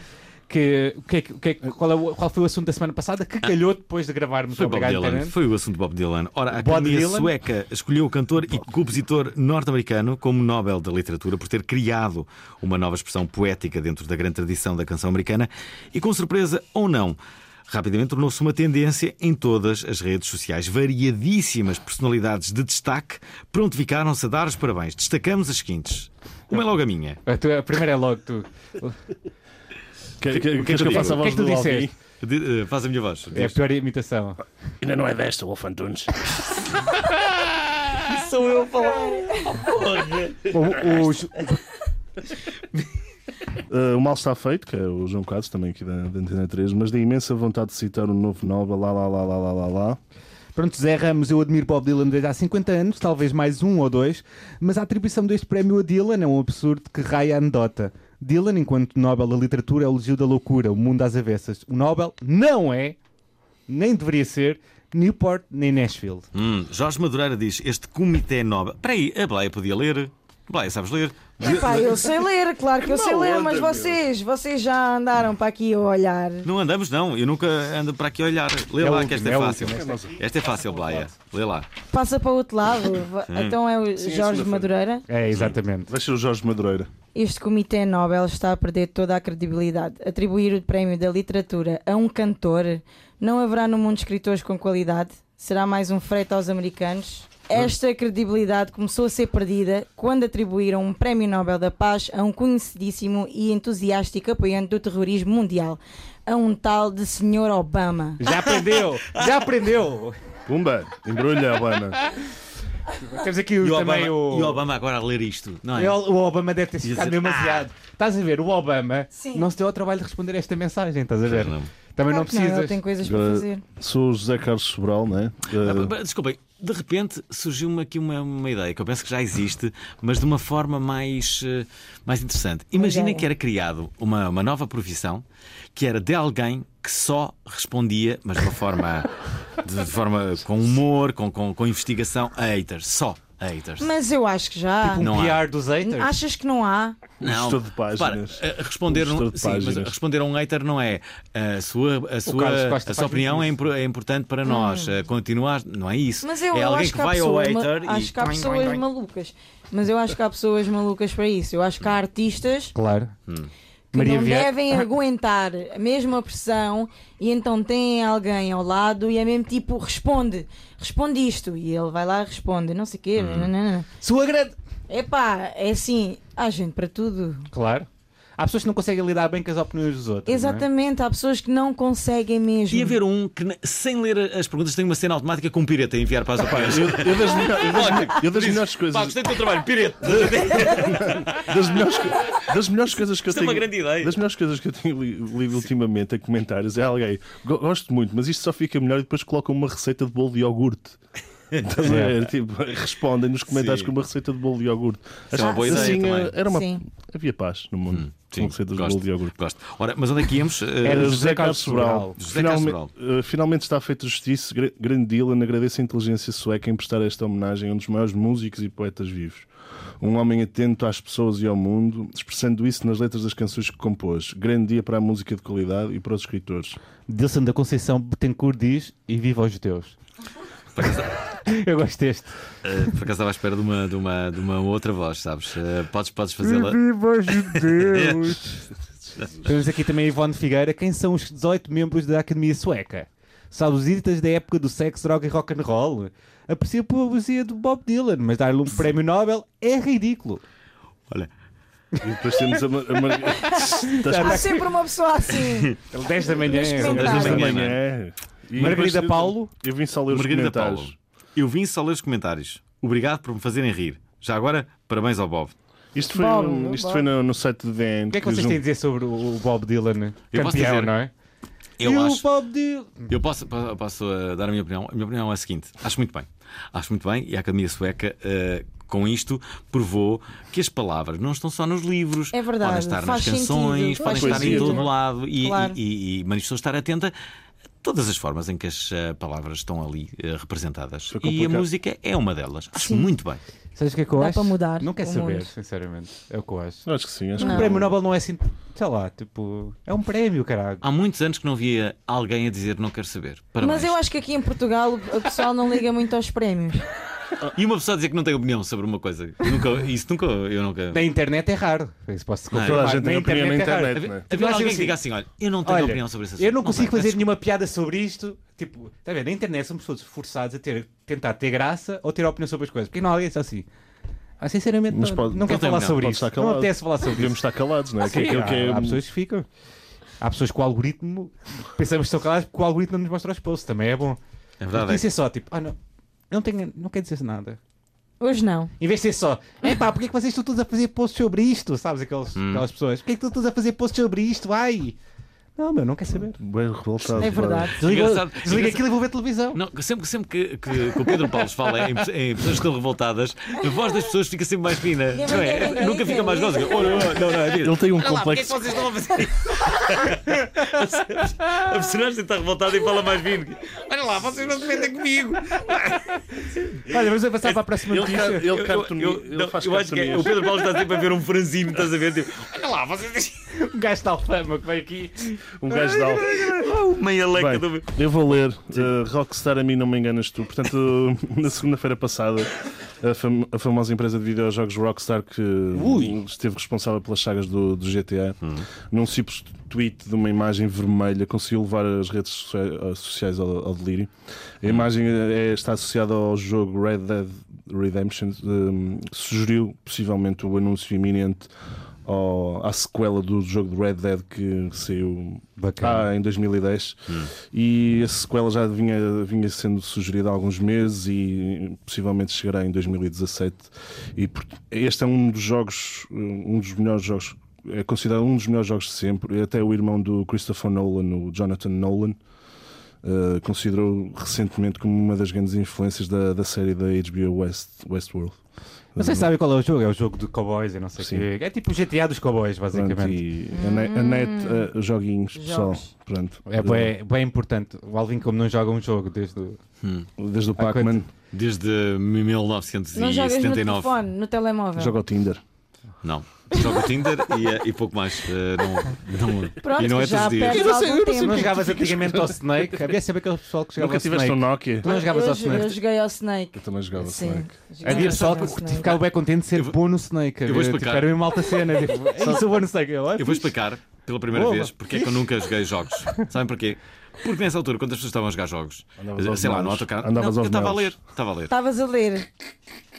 Que, o que é que- o que é que- qual, é o- qual foi o assunto da semana passada que calhou depois de gravarmos Foi o Bob Obrigado Dylan. Internet? Foi o assunto de Bob Dylan. Ora, a Bob Academia Dylan? Sueca escolheu o cantor e compositor norte-americano como Nobel da Literatura por ter criado uma nova expressão poética dentro da grande tradição da canção americana e, com surpresa ou não, rapidamente tornou-se uma tendência em todas as redes sociais. Variadíssimas personalidades de destaque prontificaram-se a dar os parabéns. Destacamos as seguintes. Uma é logo a minha. A, tua- a primeira é logo tu. Quer- que é quer- Queres que que eu eu faça a digo? O que é que voz tu do Alvin? disseste? De- eh, faz a minha voz. É a pior imitação. Ainda não é desta, Wolf Antunes. Sou eu a falar. O- os- Uh, o mal está feito, que é o João Quadros, também aqui da, da Antena 3, mas da imensa vontade de citar um novo Nobel, lá, lá, lá, lá, lá, lá, lá. Pronto, Zé Ramos, eu admiro Bob Dylan desde há 50 anos, talvez mais um ou dois, mas a atribuição deste prémio a Dylan é um absurdo que raia a anedota. Dylan, enquanto Nobel da Literatura, é o elogio da loucura, o mundo às avessas. O Nobel não é, nem deveria ser, Newport nem Nashville. Hum, Jorge Madureira diz: Este Comitê Nobel. Espera aí, a Blaia podia ler. Blaia, sabes ler? Epá, eu sei ler, claro que eu sei ler, mas vocês, vocês já andaram para aqui a olhar. Não andamos, não. Eu nunca ando para aqui a olhar. Lê É lá, o que esta é último, é o fácil. Esta é fácil, Blaia. Lê lá. Passa para o outro lado. Va- Então é o Sim, é Jorge segunda-feira. Madureira. É, exatamente. Deixa o Jorge Madureira. Este Comitê Nobel está a perder toda a credibilidade. Atribuir o prémio da literatura a um cantor não haverá no mundo escritores com qualidade? será mais um freito aos americanos. Esta credibilidade começou a ser perdida quando atribuíram um Prémio Nobel da Paz a um conhecidíssimo e entusiástico apoiante do terrorismo mundial, a um tal de Sr. Obama. Já aprendeu! Já aprendeu! Pumba, embrulha, Obama. Temos aqui E o, também Obama, o. e o Obama agora a ler isto, não é? Ele- o Obama deve ter ficado dizer, demasiado. Estás a ver, o Obama Sim. não se deu ao trabalho de responder esta mensagem, estás a ver? Pois não. Também não Claro que não, ele precisas. tem coisas para Agora, fazer. Uh, sou o José Carlos Sobral, né? Ah, Uh, ba- ba- Desculpem, de repente surgiu-me aqui uma, uma ideia que eu penso que já existe, mas de uma forma mais, eh, mais interessante. Imaginem ideia. que era criado uma, uma nova profissão que era de alguém que só respondia, mas de uma forma, de forma com humor, com, com, com investigação, a haters. Só a haters. Mas eu acho que já. Um Não há. PR dos haters. Achas que não há? Não, gestor de páginas. repara, eh, responder, O gestor de sim, mas páginas. responder a um hater não é a sua, a Carlos sua, Costa a sua faz opinião é, muito isso. impor- é importante para nós. Eh, Continuar, não é isso. Ah. Mas eu, é eu alguém acho que há vai ao pessoa- ma- hater e. acho que há pessoas malucas. Mas eu acho que há pessoas malucas para isso. Eu acho que há artistas Claro. que Maria não Vieira. devem aguentar a mesma pressão e então têm alguém ao lado e é mesmo tipo, responde, responde isto. E ele vai lá e responde, não sei o quê. Hum. nananana. Sua grande. Epá, é assim, há gente para tudo. Claro. Há pessoas que não conseguem lidar bem com as opiniões dos outros. não é? Exatamente, há pessoas que não conseguem mesmo. E haver um que, ne- sem ler as perguntas, tem uma cena automática com um pireta a enviar para as opiniões. eu, eu das, melhor- eu das- eu das melhores Pá, coisas gostei do teu trabalho, pireta. das melhores, co- das melhores coisas que eu Isto é tenho uma grande ideia. das melhores coisas que eu tenho li- lido ultimamente em comentários é alguém "Go- gosto muito mas isto só fica melhor e depois colocam uma receita de bolo de iogurte Estás a ver? Tipo, respondem nos comentários Sim. com uma receita de bolo de iogurte é uma boa ideia assim, eh, também. Hum, era uma Sim. havia paz no mundo com Sim, receitas de gosto, bolo de iogurte gosto. Ora, mas onde é que íamos? Eh, Era José José Carlos Carlos Sobral. Sobral. José Carlos Finalme- eh, finalmente está feito justiça. Gra- Grande Dylan agradece a inteligência sueca em prestar esta homenagem a um dos maiores músicos e poetas vivos. Um homem atento às pessoas e ao mundo, expressando isso nas letras das canções que compôs. Grande dia para a música de qualidade e para os escritores. Dilson da Conceição Betancourt diz e viva os judeus. Eu gosto deste. eh, por acaso estava à espera de uma, de uma, de uma outra voz, sabes? Eh, Podes, podes fazê-la. Viva os judeus! Temos aqui também a Ivone Figueira. Quem são os 18 membros da Academia Sueca? Saudositas da época do sexo, droga e rock and roll. Aprecio a poesia do Bob Dylan, mas dar-lhe um prémio Nobel é ridículo. Olha, E depois temos a, Mar- a Mar- Estás- Há sempre uma pessoa assim. 10 da manhã. Mas Às dez da Claro. manhã. é? E Margarida depois- Paulo. Eu vim só ler os Margarida comentários. Paulo, eu vim só ler os comentários. Obrigado por me fazerem rir. Já agora, parabéns ao Bob. Isto foi, um- Paulo, isto Paulo. foi no, no site de DN. O que é que vocês jun- têm a dizer sobre o o Bob Dylan? Eu posso Campeão, dizer- não é? Eu e acho. o Bob Dylan. Eu posso, posso- posso, eh, dar a minha opinião. A minha opinião é a seguinte: acho muito bem. Acho muito bem e a Academia Sueca. eh, com isto, provou que as palavras não estão só nos livros, É verdade, podem estar nas faz canções, podem sentido, faz estar em sentido. todo lado e, Claro. e, e, e manifestou estar atenta a todas as formas em que as eh, palavras estão ali eh, representadas. Foi E a complicado. música é uma delas. Acho Sim. muito bem. Sabes o que é que eu Dá acho? para mudar Não quer o saber, mundo. sinceramente. É o que eu acho. Acho que sim. Acho O que prémio Nobel não é assim. Sei lá, tipo. É um prémio, caralho. Há muitos anos que não via alguém a dizer não quero saber. Parabéns. Mas eu acho que aqui em Portugal o o pessoal não liga muito aos prémios. E uma pessoa dizer que não tem opinião sobre uma coisa. Nunca, isso nunca, eu nunca. Na internet é raro. Isso posso confirmar. Toda a gente Na tem opinião na é raro. internet, não é? Havia Mas, alguém que assim, diga assim: olha, eu não tenho olha, opinião sobre esse assunto. Eu não consigo tenho. fazer nenhuma piada sobre isto. Tipo, está a ver? Na internet somos todos forçados a ter, tentar ter graça ou ter opinião sobre as coisas. Porque não há alguém que diz assim. Ah, sinceramente, Mas não, pode- não quero não tem falar opinião, sobre pode isto. estar Não calado. apetece falar sobre Ah, Podemos isto. estar calados, não é? Que é aquilo há, que é- há pessoas que um- ficam. Há pessoas que o algoritmo. Pensamos que estão caladas porque o algoritmo não nos mostra os posts. Também é bom. É Podia verdade. ser só tipo, ah não, não, tenho, não quer dizer nada. Hoje não. é Em vez de ser só, epá, porque é que vocês estão todos a fazer posts sobre isto? Sabes aquelas, Hum. aquelas pessoas? Porquê é que estão todos a fazer posts sobre isto? Ai! Não, meu, não quer saber. Bem revoltado. É verdade. Desliga, Engraçado- desliga engraçado- aquilo e vou ver televisão. Não, sempre sempre que, que- que o Pedro Paulo fala é em, em pessoas que estão revoltadas, a voz das pessoas fica sempre mais fina. Não é? Nunca fica mais gostosa. Olha, olha, não, não, é Ele mesmo. tem um Olha lá, porque é que complexo. vocês estão a fazer isso? A personagem está revoltada e fala mais fino. Olha lá, vocês não se metem comigo. Olha, vamos É avançar para a próxima Ele notícia. ca- Eu- ele eu- cartoni- eu- ele não, faz eu acho que é- o cartonias. Pedro Paulo está sempre a ver um franzino, estás a ver? Tipo, olha lá, vocês. Um gajo da alfama que veio aqui. Um gajo de alto. Meia leca do. Bem, eh, eu vou ler uh, Rockstar a mim não me enganas tu. Portanto, na segunda-feira passada a, fam- a famosa empresa de videojogos Rockstar que esteve responsável pelas sagas do, do GTA, Hum. num simples tweet de uma imagem vermelha conseguiu levar as redes socia- eh, sociais ao, ao delírio. Hum. A imagem é- está associada ao jogo Red Dead Redemption, hum, sugeriu possivelmente o anúncio iminente ao- à sequela do jogo de Red Dead que saiu Bacana. cá em 2010 e a sequela já vinha, vinha sendo sugerida há alguns meses e possivelmente chegará em 2017 e por- este é um dos jogos um dos melhores jogos é considerado um dos melhores jogos de sempre até o irmão do Christopher Nolan o Jonathan Nolan eh, considerou recentemente como uma das grandes influências da, da série da HBO West, Westworld Vocês sabem qual é o jogo? É o jogo de cowboys e não sei o Sim. quê. É tipo o GTA dos cowboys, Pronto, basicamente. e a net, a net eh, joguinhos, pessoal Hum. Jogos. Pronto. Eh, É bem, bem importante. O Alvin, como não joga um jogo desde. o- desde o Ah, Pac-Man Desde Não jogas no 1979. telefone, no telemóvel. joga ao Tinder Não. Jogo Tinder e, eh, e pouco mais. Eh, não, não- Pronto, e não é já todos os dias. perdes algum Tu não é tempo. jogavas antigamente ao Snake? Havia sempre aquele pessoal que jogava Nunca ao tiveste um Snake. Nokia? Tu não jogavas eu, ao eu Snake? joguei ao Snake. Eu também jogava Sim. Snake. jogava Havia pessoal ao que Snake. ficava bem contente de ser vou- bom no Snake. eu vou Tipo, explicar. Era mesmo alta cena. tipo, "Ei, sou bom no Snake. Eu, "Ah, Eu vou fixe." explicar pela primeira Boa. vez porque é que eu nunca joguei jogos. Sabem porquê? Porque nessa altura, quando as pessoas estavam a jogar jogos, eh, Andavas aos sei lá, no maus. autocarro, não, Andavas eu aos estava a maus. ler. Estava a ler. Estavas a ler.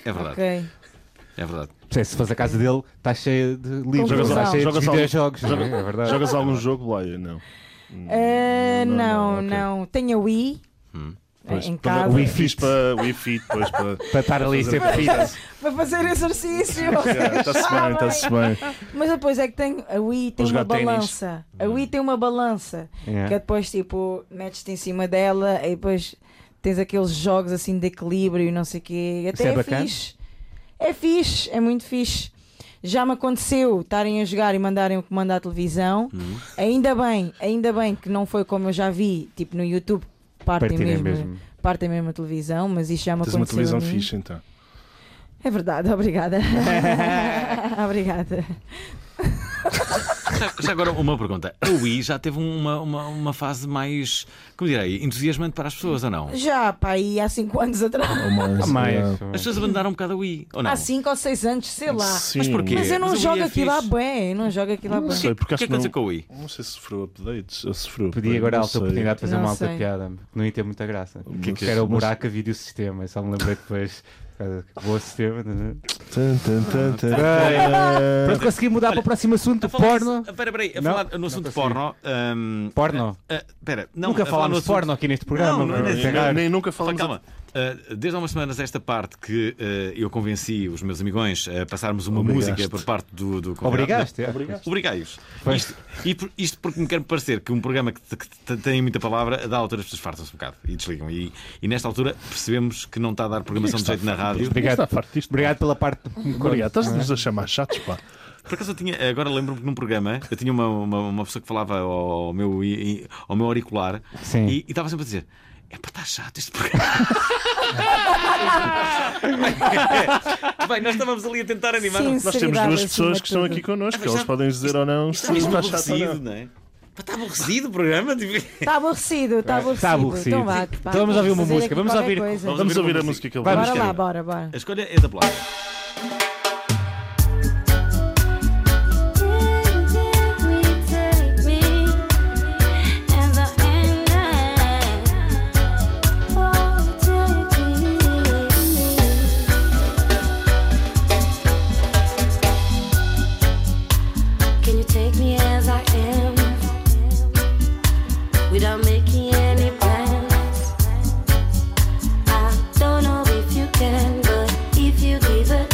É verdade. Ok. É verdade. Sim, Se faz a casa dele, está cheia de livros, Jogas está ao- cheia de jogas ao- videojogos. não é? É verdade. Jogas algum jogo, Blaia? Não. Não, Ah, não, não, ok. não. Tenho a Wii. Hum. eh, Pois, Em para- casa. Wii Fit para Wii Fit, pois para. Para estar ali sempre fit. Para fazer exercício. Está-se bem, está-se bem. Mas depois é que tem. A Wii tem jogar uma ténis. balança. A Wii tem uma balança. Que é depois, tipo, metes-te em cima dela e depois tens aqueles jogos assim de equilíbrio e não sei o quê. Isso Até é é, bacana? fixe. É fixe, é muito fixe. Já me aconteceu estarem a jogar e mandarem o comando à televisão. Hum. Ainda bem, ainda bem que não foi como eu já vi, tipo no YouTube, partem Partirem mesmo, mesmo. partem mesmo a televisão, mas isto já me Tens aconteceu. uma televisão a mim. fixe então. É verdade, obrigada. obrigada. Já, já agora uma pergunta. A Wii já teve uma, uma, uma fase mais, como direi, entusiasmante para as pessoas ou não? As Já, pá, aí há 5 anos atrás. Ah, mais. pessoas abandonaram um bocado a Wii ou não? Há 5 ou 6 anos, sei lá. Sim. Mas porquê? Mas um eu não Mas a Wii jogo é aquilo lá fixe. bem, eu não jogo aquilo lá Não bem. sei, por O que acaso é que aconteceu com a Wii? não, não sei se sofreu updates. Eu sofreu. Pedi agora a não alta sei. oportunidade de fazer Não uma alta sei. piada, que não ia ter muita graça. O que é que é era o isso? buraco a videosistema, só me lembrei depois. eh, que Boa sistema. né? Tan, tan, tan, tan. tá. Pronto, consegui mudar para o próximo assunto: porno. Espera, espera, a Não, falar no assunto de consegui. porno. hum, Porno. ah, Espera, não, a Nunca falar no falámos de assunto- porno aqui neste programa. Não, não é bro. nesse- Tem Nem, ar. nem nunca Fala, falamos. calma. Ah, desde há umas semanas, esta parte que ah, eu convenci os meus amigões a passarmos uma Obrigaste. música por parte do, do convidado. Obrigaste. é. Obrigai-os. Pois. Isto, e por- isto porque me quer parecer que um programa que, te- que te- tem muita palavra, da altura as pessoas fartam-se um bocado e desligam. E, e nesta altura percebemos que não está a dar programação de jeito na rádio. Obrigado. Está farto disto, pá. Obrigado pela parte. Obrigado. Estás-nos a chamar chatos, pá. Por acaso eu tinha, agora lembro-me que num programa eu tinha uma, uma, uma pessoa que falava ao meu, i- i- ao meu auricular Sim. e e estava sempre a dizer: é para estar chato este programa. Bem, nós estávamos ali a tentar animar. Nós temos duas pessoas que estão aqui connosco. Ah, mas Elas já- podem dizer ou não se Está é mesmo está chato ou aborrecido, não. não é? Pá, Está aborrecido o programa? Tipo, Está Tá aborrecido, está aborrecido. Está aborrecido. Então, vá, Então pá, vamos ouvir uma fazer música, aqui vamos qualquer ouvir- coisa. Vamos Vamos ouvir ouvir uma a música que ele Vai, vai. Bora vamos lá, ter. bora, bora. A escolha é da Blanca. Can you take me as I am? Without making any plans. I don't know if you can, but if you give a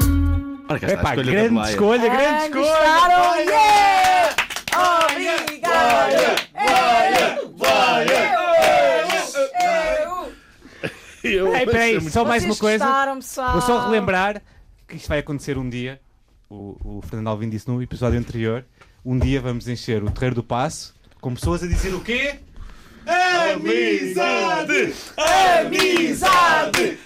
escolha da Grande Blaya. escolha, grande Ah, escolha! gostaram? Yeah! Obrigado! Eu Ei, peraí, só mais uma Vocês coisa. gostaram, pessoal? Vou só relembrar que isto vai acontecer um dia. O, o Fernando Alvim disse no episódio anterior: um dia vamos encher o terreiro do passo com pessoas a dizer o quê? Amizade! Amizade!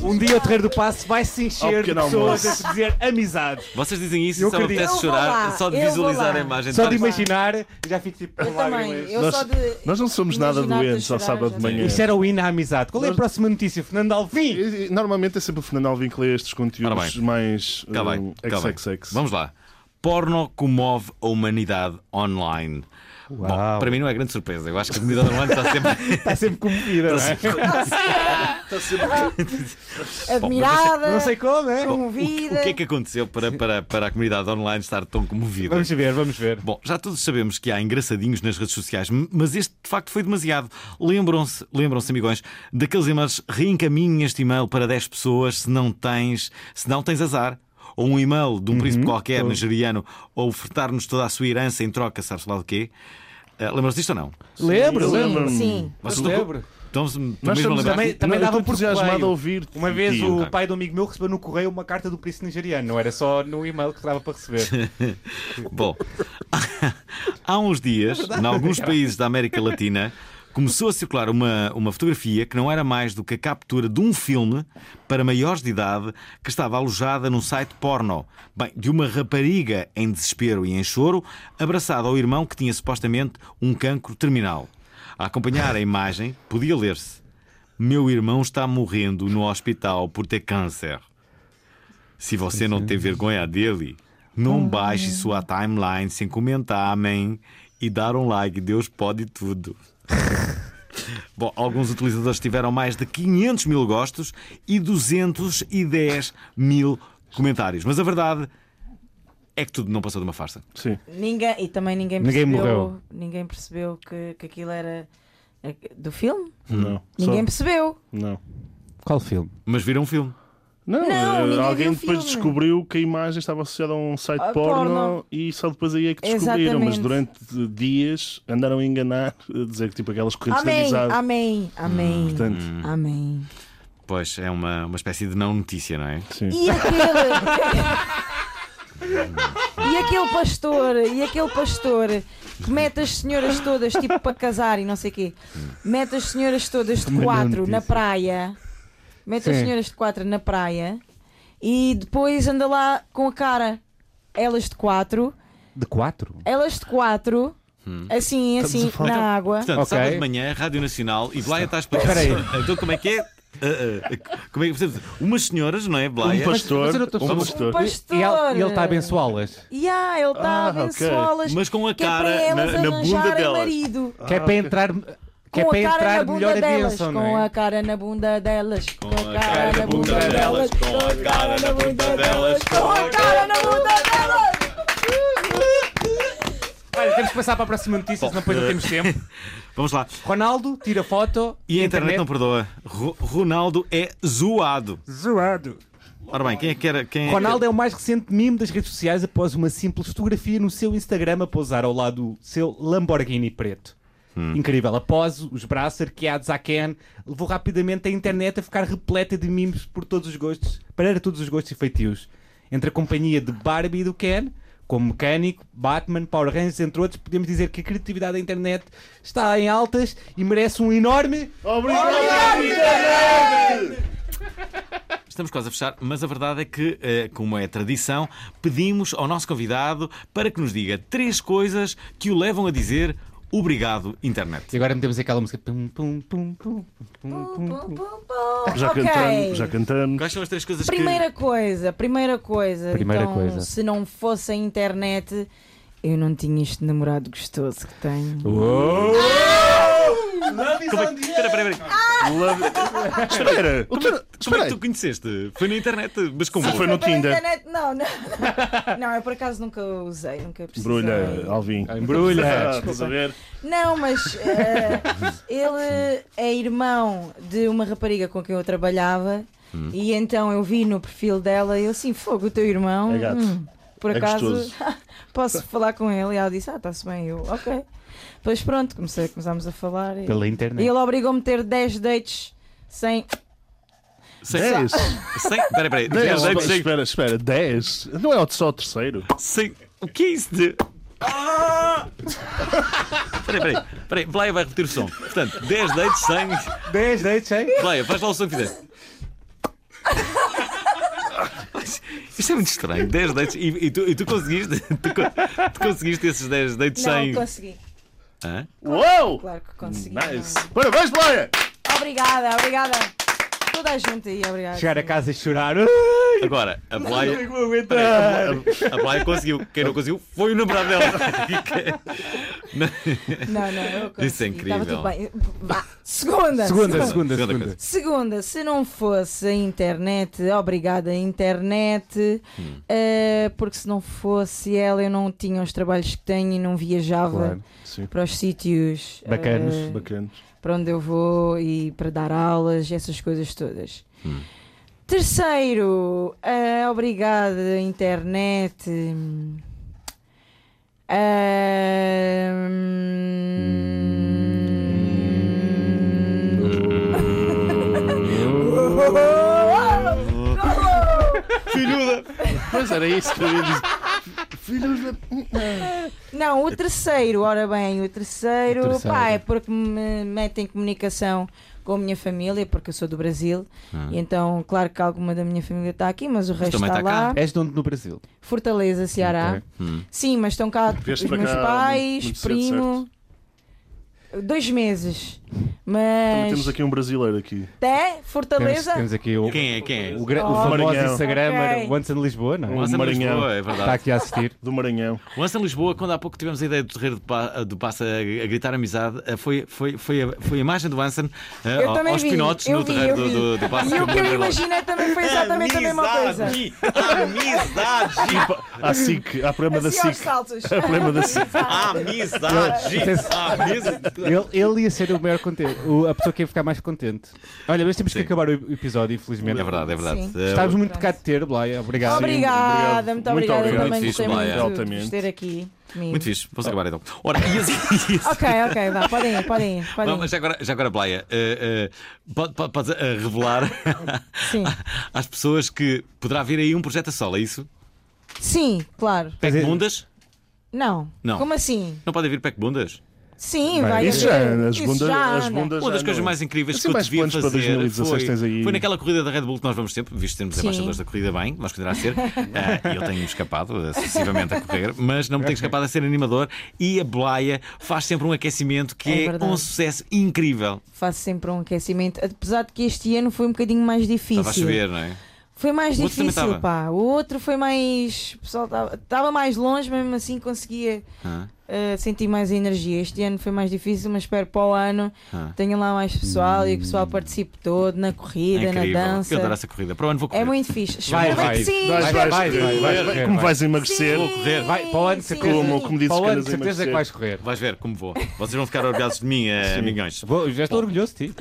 Um dia o terreiro do passo vai se Ao encher de pequeno pessoas almoço. a dizer amizade. Vocês dizem isso Eu e só me acredito. apetece Eu vou chorar, lá, só de eu vou visualizar lá. a imagem Então Tá Só de tá. Vários- imaginar, já fico tipo com Eu também. lágrimas. Eu Nós- só de... Nós não somos nada Imaginar-te a doentes ao chorar, sábado de já. manhã. Isto era o hino à amizade. Qual é a Nós- próxima notícia? Fernando Alvim! E- e Normalmente é sempre o Fernando Alvim que lê estes Ora conteúdos Tá bem. mais Cá vai, hum, cá vai. XXX. Vamos lá. Porno comove a humanidade online. Bom, para mim não é grande surpresa. Eu acho que a comunidade online está sempre. Está sempre comovida, Então não é? Admirada, Não sei como, Então é? Bom, o, que- Comovida. o que é que aconteceu para, para, para a comunidade online estar tão comovida? Vamos ver, vamos ver. Bom, já todos sabemos que há engraçadinhos nas redes sociais, m- mas este de facto foi demasiado. Lembram-se, lembram-se, amigões, daqueles e-mails reencaminhem este e-mail para 10 pessoas se não tens, se não tens azar. Ou um e-mail de um príncipe qualquer, nigeriano, a ofertar-nos toda a sua herança em troca, sabes lá do quê? Ah, lembram-se disto ou não? Lembro, eu lembro. lembro-me. Sim, sim. Vocês estão- lembro. estão- estão Nós Então, mesmo a estamos lembrar? Também- aqui- também não, eu dava estou por entusiasmado correio. a ouvir. Uma vez Sim, o ok. pai do amigo meu recebeu no correio uma carta do príncipe nigeriano, não era só no e-mail que dava para receber. Bom, há uns dias, em alguns países da América Latina, começou a circular uma, uma fotografia que não era mais do que a captura de um filme para maiores de idade que estava alojada num site porno. Bem, de uma rapariga em desespero e em choro, abraçada ao irmão que tinha supostamente um cancro terminal. A acompanhar a imagem, podia ler-se: Meu irmão está morrendo no hospital por ter câncer. Se você não é. tem vergonha dele, não Hum. baixe sua timeline sem comentar, amém. E dar um like, Deus pode tudo. Bom, alguns utilizadores tiveram mais de 500 mil gostos e 210 mil comentários. Mas a verdade é que tudo não passou de uma farsa. Sim. Ninguém, e também ninguém Ninguém percebeu, morreu. ninguém percebeu que, que aquilo era eh, do filme. Hum. Não. Ninguém Só- percebeu. Não. Qual filme? Mas viram um filme. Não, Não, eh, ninguém alguém viu o depois filme. descobriu que a imagem estava associada a um site A porno, porno. e só depois aí é que descobriram. Mas Exatamente. durante dias andaram a enganar, a dizer que tipo aquelas correntes de Amém, amizade. amém, amém, Hum, Portanto, amém. Pois é uma, uma espécie de não notícia, não é? sim. E aquele. e aquele pastor, e aquele pastor que mete as senhoras todas, tipo para casar e não sei o quê, mete as senhoras todas de Também não quatro na disse. praia, mete as Sim. senhoras de quatro na praia e depois anda lá com a cara, elas de quatro, De quatro? elas de quatro, Hum. assim, Estamos a assim, um falar- na água. Portanto, Ok. sábado de manhã, Rádio Nacional e Blaia está a explicar. Espera aí. Então, como é que é? Ah, ah, como é que, portanto, umas senhoras, não é? Blaia. Um pastor, mas eu não estou um só- pastor. Pastor! E ele e ele está a abençoá-las. Yeah, ele está Ah, a ok. abençoá-las. Mas com a que é para cara elas na- na arranjarem bunda delas. marido. Que é para entrar, que é Ah, com para a cara na entrar bunda melhor a delas, dimensão, com não a é? cara na bunda delas, com a cara na bunda delas, com a cara na bunda delas, com a cara na bunda delas. Olha, temos que passar para a próxima notícia, senão depois não temos tempo. Vamos lá. Ronaldo tira foto E a internet não perdoa. Ro- Ronaldo é zoado. Zoado. Ora bem, quem é que era. Quem Ronaldo é o mais recente meme das redes sociais após uma simples fotografia no seu Instagram a pousar ao lado do seu Lamborghini preto. Incrível, após os braços arqueados à Ken, levou rapidamente a internet a ficar repleta de memes por todos os gostos, para todos os gostos e feitios. Entre a companhia de Barbie e do Ken, como mecânico, Batman, Power Rangers, entre outros, podemos dizer que a criatividade da internet está em altas e merece um enorme. Estamos quase a fechar, mas a verdade é que, eh, como é tradição, pedimos ao nosso convidado para que nos diga três coisas que o levam a dizer obrigado, internet. E agora metemos aquela música. Pum, pum, pum, pum, pum, pum, pum. Já Ok. cantamos, já cantamos. Quais são as três coisas Primeira coisa, primeira coisa. Primeira então, coisa. se não fosse a internet, eu não tinha este namorado gostoso que tenho. que. Como é que... Espera, espera, espera. Love- Espera, o teu- Como é espera que tu aí. conheceste? Foi na internet, mas como? Foi no Pela Tinder. internet, não, não. Não, eu por acaso nunca usei, nunca precisei. Brulha, Alvin. Embrulha. Ah, estás a Hum. ver? Não, mas eh, ele é irmão de uma rapariga com quem eu trabalhava Hum. E então eu vi no perfil dela e eu assim, fogo, o teu irmão. É gato. hum, por É acaso, gostoso. posso falar com ele? E ela disse, ah, está-se bem. Eu, ok. Pois pronto, comecei, começámos a falar. E, Pela e ele internet. obrigou-me a ter 10 dates sem. Sem, É isso. sem, peraí, peraí. Dez, sem- espera, sem- espera, espera, 10? Não é só o terceiro? sem- o que é isso de. Ah! Peraí, peraí, peraí. Blaia vai repetir o som. Portanto, 10 dates sem. 10 dates, hein? Blaia, faz lá o som que fizer. Isto é muito estranho. 10 dates. E, e tu, e tu conseguiste. Tu, co- tu conseguiste esses 10 dates sem. Não, consegui. Hã? Uou! Claro que consegui. Nice! Parabéns, Blaia! Obrigada, obrigada. Toda a gente aí, obrigada. Chegar a casa e chorar. Agora, a Blaia. vou aguentar. A Blaia conseguiu. Quem não conseguiu foi o namorado dela. Não, não, eu consegui. Isso é incrível. Estava tudo bem. Vá, Segunda, Segunda, segunda. segunda, Segunda segunda. coisa. Segunda, se não fosse a internet, obrigada internet, Hum. eh, porque se não fosse ela eu não tinha os trabalhos que tenho e não viajava Claro. Sim, para os sítios eh, Bacanas, bacanas. para onde eu vou e para dar aulas, essas coisas todas. Terceiro, eh, obrigada internet. Eh, Filhuda! Mas era isso que eu ia dizer. Filhuda! Não, o terceiro, ora bem, o terceiro, O terceiro. pá, é porque me metem em comunicação com a minha família, porque eu sou do Brasil, e então, claro que alguma da minha família está aqui, mas o resto também está está cá. lá. És de onde no Brasil? Fortaleza, Ceará. Ok. Hum. Sim, mas estão cá Vieste os para meus cá pais, muito- muito cedo, primo. Dois meses. Também Mas. temos aqui um brasileiro aqui. até Temos, Fortaleza. temos aqui o, Quem é? Quem é? o, gra- o Oh, famoso Maranhão. Instagrammer Ok. Once in Lisboa, não é? Onça em Maranhão. Tá. Lisboa, é verdade. Está aqui a assistir. Do Maranhão. O Anselmo Lisboa, quando há pouco tivemos a ideia do terreiro do, pa, do Passa a gritar amizade, eh, foi, foi, foi, a, foi a imagem do Anselmo eh, Eu ao- também aos vi, pinotes eu no vi, terreiro eu do, vi. do, do Passa E o que eu Madrid. imaginei também É, foi exatamente a mesma coisa. Amizade! Há SIC, há programa da Assim aos SIC. saltos. Há programa da SIC. Amizade! Amizade! Ele, ele ia ser o maior contente, o- a pessoa que ia ficar mais contente. Olha, mas temos que Sim. acabar o ep- episódio, infelizmente. É verdade, é verdade. Sim. Eh, Estávamos muito cá de um ter, Blaia. Obrigado. Obrigada, obrigado. muito Muito obrigada. Eu obrigado. também Muito gostei fixe, Maia. muito de vos Altamente. ter aqui. comigo. muito fixe, vamos acabar então. Ora, e as, e as- Ok, ok, vá, podem ir, podem ir. Podem Não, ir. mas já agora, já agora Blaia, eh, eh, pode- pode- podes eh, revelar Sim. às pessoas que poderá vir aí um projeto a solo, é isso? Sim, claro. Pec Mas é- bundas? Não. Não. Como assim? Não podem vir pec bundas? Sim, Bem, vai Isso já, é, haver. as Isso bundas. já As anda. bundas Uma das já coisas não- mais incríveis Assim, que eu mais te vi planos para fazer 2016 tens foi, aí. foi naquela corrida da Red Bull que nós vamos sempre, visto sermos Sim. embaixadores da corrida bem, nós continuará a ser, eh, e eu tenho-me escapado eh, sucessivamente a correr, mas não me tenho escapado a ser animador e a Blaia faz sempre um aquecimento que É é, verdade. um sucesso incrível. Faço sempre um aquecimento. Apesar de que este ano foi um bocadinho mais difícil. Estava a chover, não é? Foi mais O outro também difícil, estava. pá. O outro foi mais. o pessoal estava- estava mais longe, mas mesmo assim conseguia Ah, eh, sentir mais a energia. Este ano foi mais difícil, mas espero para o ano ah. tenha lá mais pessoal e que o pessoal participe todo na corrida, É Hum. incrível. na dança. Eu adoro essa corrida. Para onde vou correr? É muito fixe. Vai, Espero bem vai. que sim, Vai, vai, espero que vai, sim. vai, vai, correr, Como vai. vais emagrecer? Sim, correr. Vai, para o ano, sim. certeza. Como, como disse Para o ano, Canas de certeza que vais correr. Vais ver como vou. Vocês vão ficar orgulhosos de mim, eh, amigões. Vou, já estou orgulhoso de ti.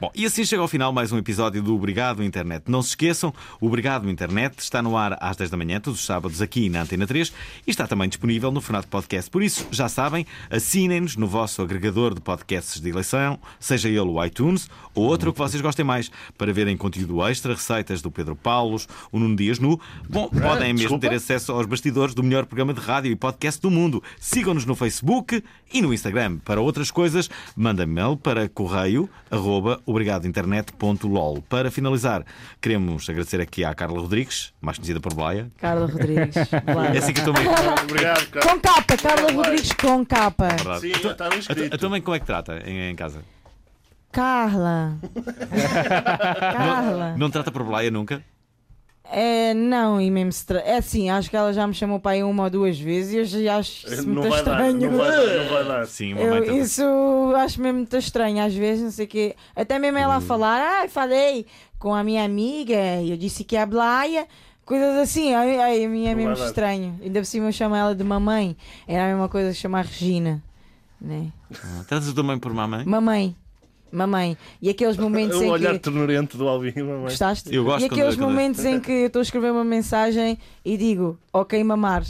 Bom, e assim chega ao final mais um episódio do Obrigado Internet. Não se esqueçam, o Obrigado Internet está no ar às 10 da manhã, todos os sábados, aqui na Antena 3 e está também disponível no formato podcast. Por isso, já sabem, assinem-nos no vosso agregador de podcasts de eleição, seja ele o iTunes ou outro que vocês gostem mais, para verem conteúdo extra, receitas do Pedro Paulos, o Nuno Dias Nu. Bom, podem mesmo desculpa. ter acesso aos bastidores do melhor programa de rádio e podcast do mundo. Sigam-nos no Facebook e no Instagram. Para outras coisas, manda mail para correio arroba, obrigadointernet.lol. Para finalizar, queremos agradecer aqui à Carla Rodrigues, mais conhecida por Blaia. Carla Rodrigues. É Vai. assim que eu também. Obrigado, cara. Com capa, Carla Rodrigues com capa. É Verdade. Sim, estava A, a inscrito. tua mãe como é que trata em, em casa? Carla. Carla. Não trata por Blaia nunca? É, não, e mesmo se tra... É assim, acho que ela já me chamou para aí uma ou duas vezes e eu já acho isso Não muito vai dar, estranho. não vai dar, não vai dar. Sim, uma mãe Eu, trata. isso acho mesmo muito estranho, às vezes, não sei o quê. Até mesmo Hum. ela falar, ah, falei com a minha amiga, e eu disse que é a Blaia, coisas assim, aí, aí a minha é Não vai mesmo dar. estranho. Ainda por cima eu chamo ela de mamãe, era a mesma coisa que chamar Regina, né? Tratas a tua mãe por mamãe? Mamãe. mamãe. E aqueles momentos O em Um olhar que. ternurento do Alvin, mamãe. Gostaste? Eu gosto e quando- é aqueles quando- momentos em que eu estou a escrever uma mensagem e digo, ok, mamar.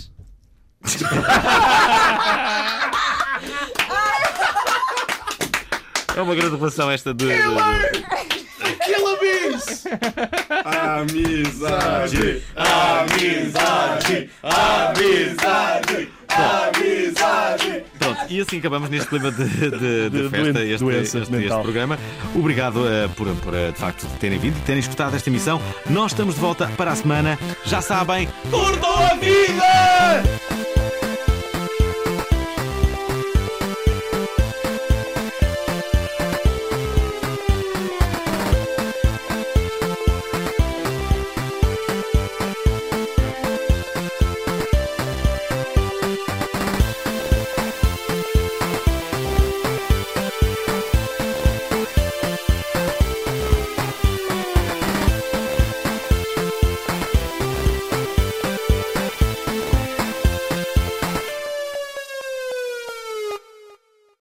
É uma graduação esta de. de- de- Amizade, amizade, amizade. Pronto, e assim acabamos neste clima de, de- de De festa, doen- este, doença este- este mental. programa. Obrigado eh, por, por, eh, de facto terem vindo e terem escutado esta emissão. Nós estamos de volta para a semana. Já sabem, curtam a vida!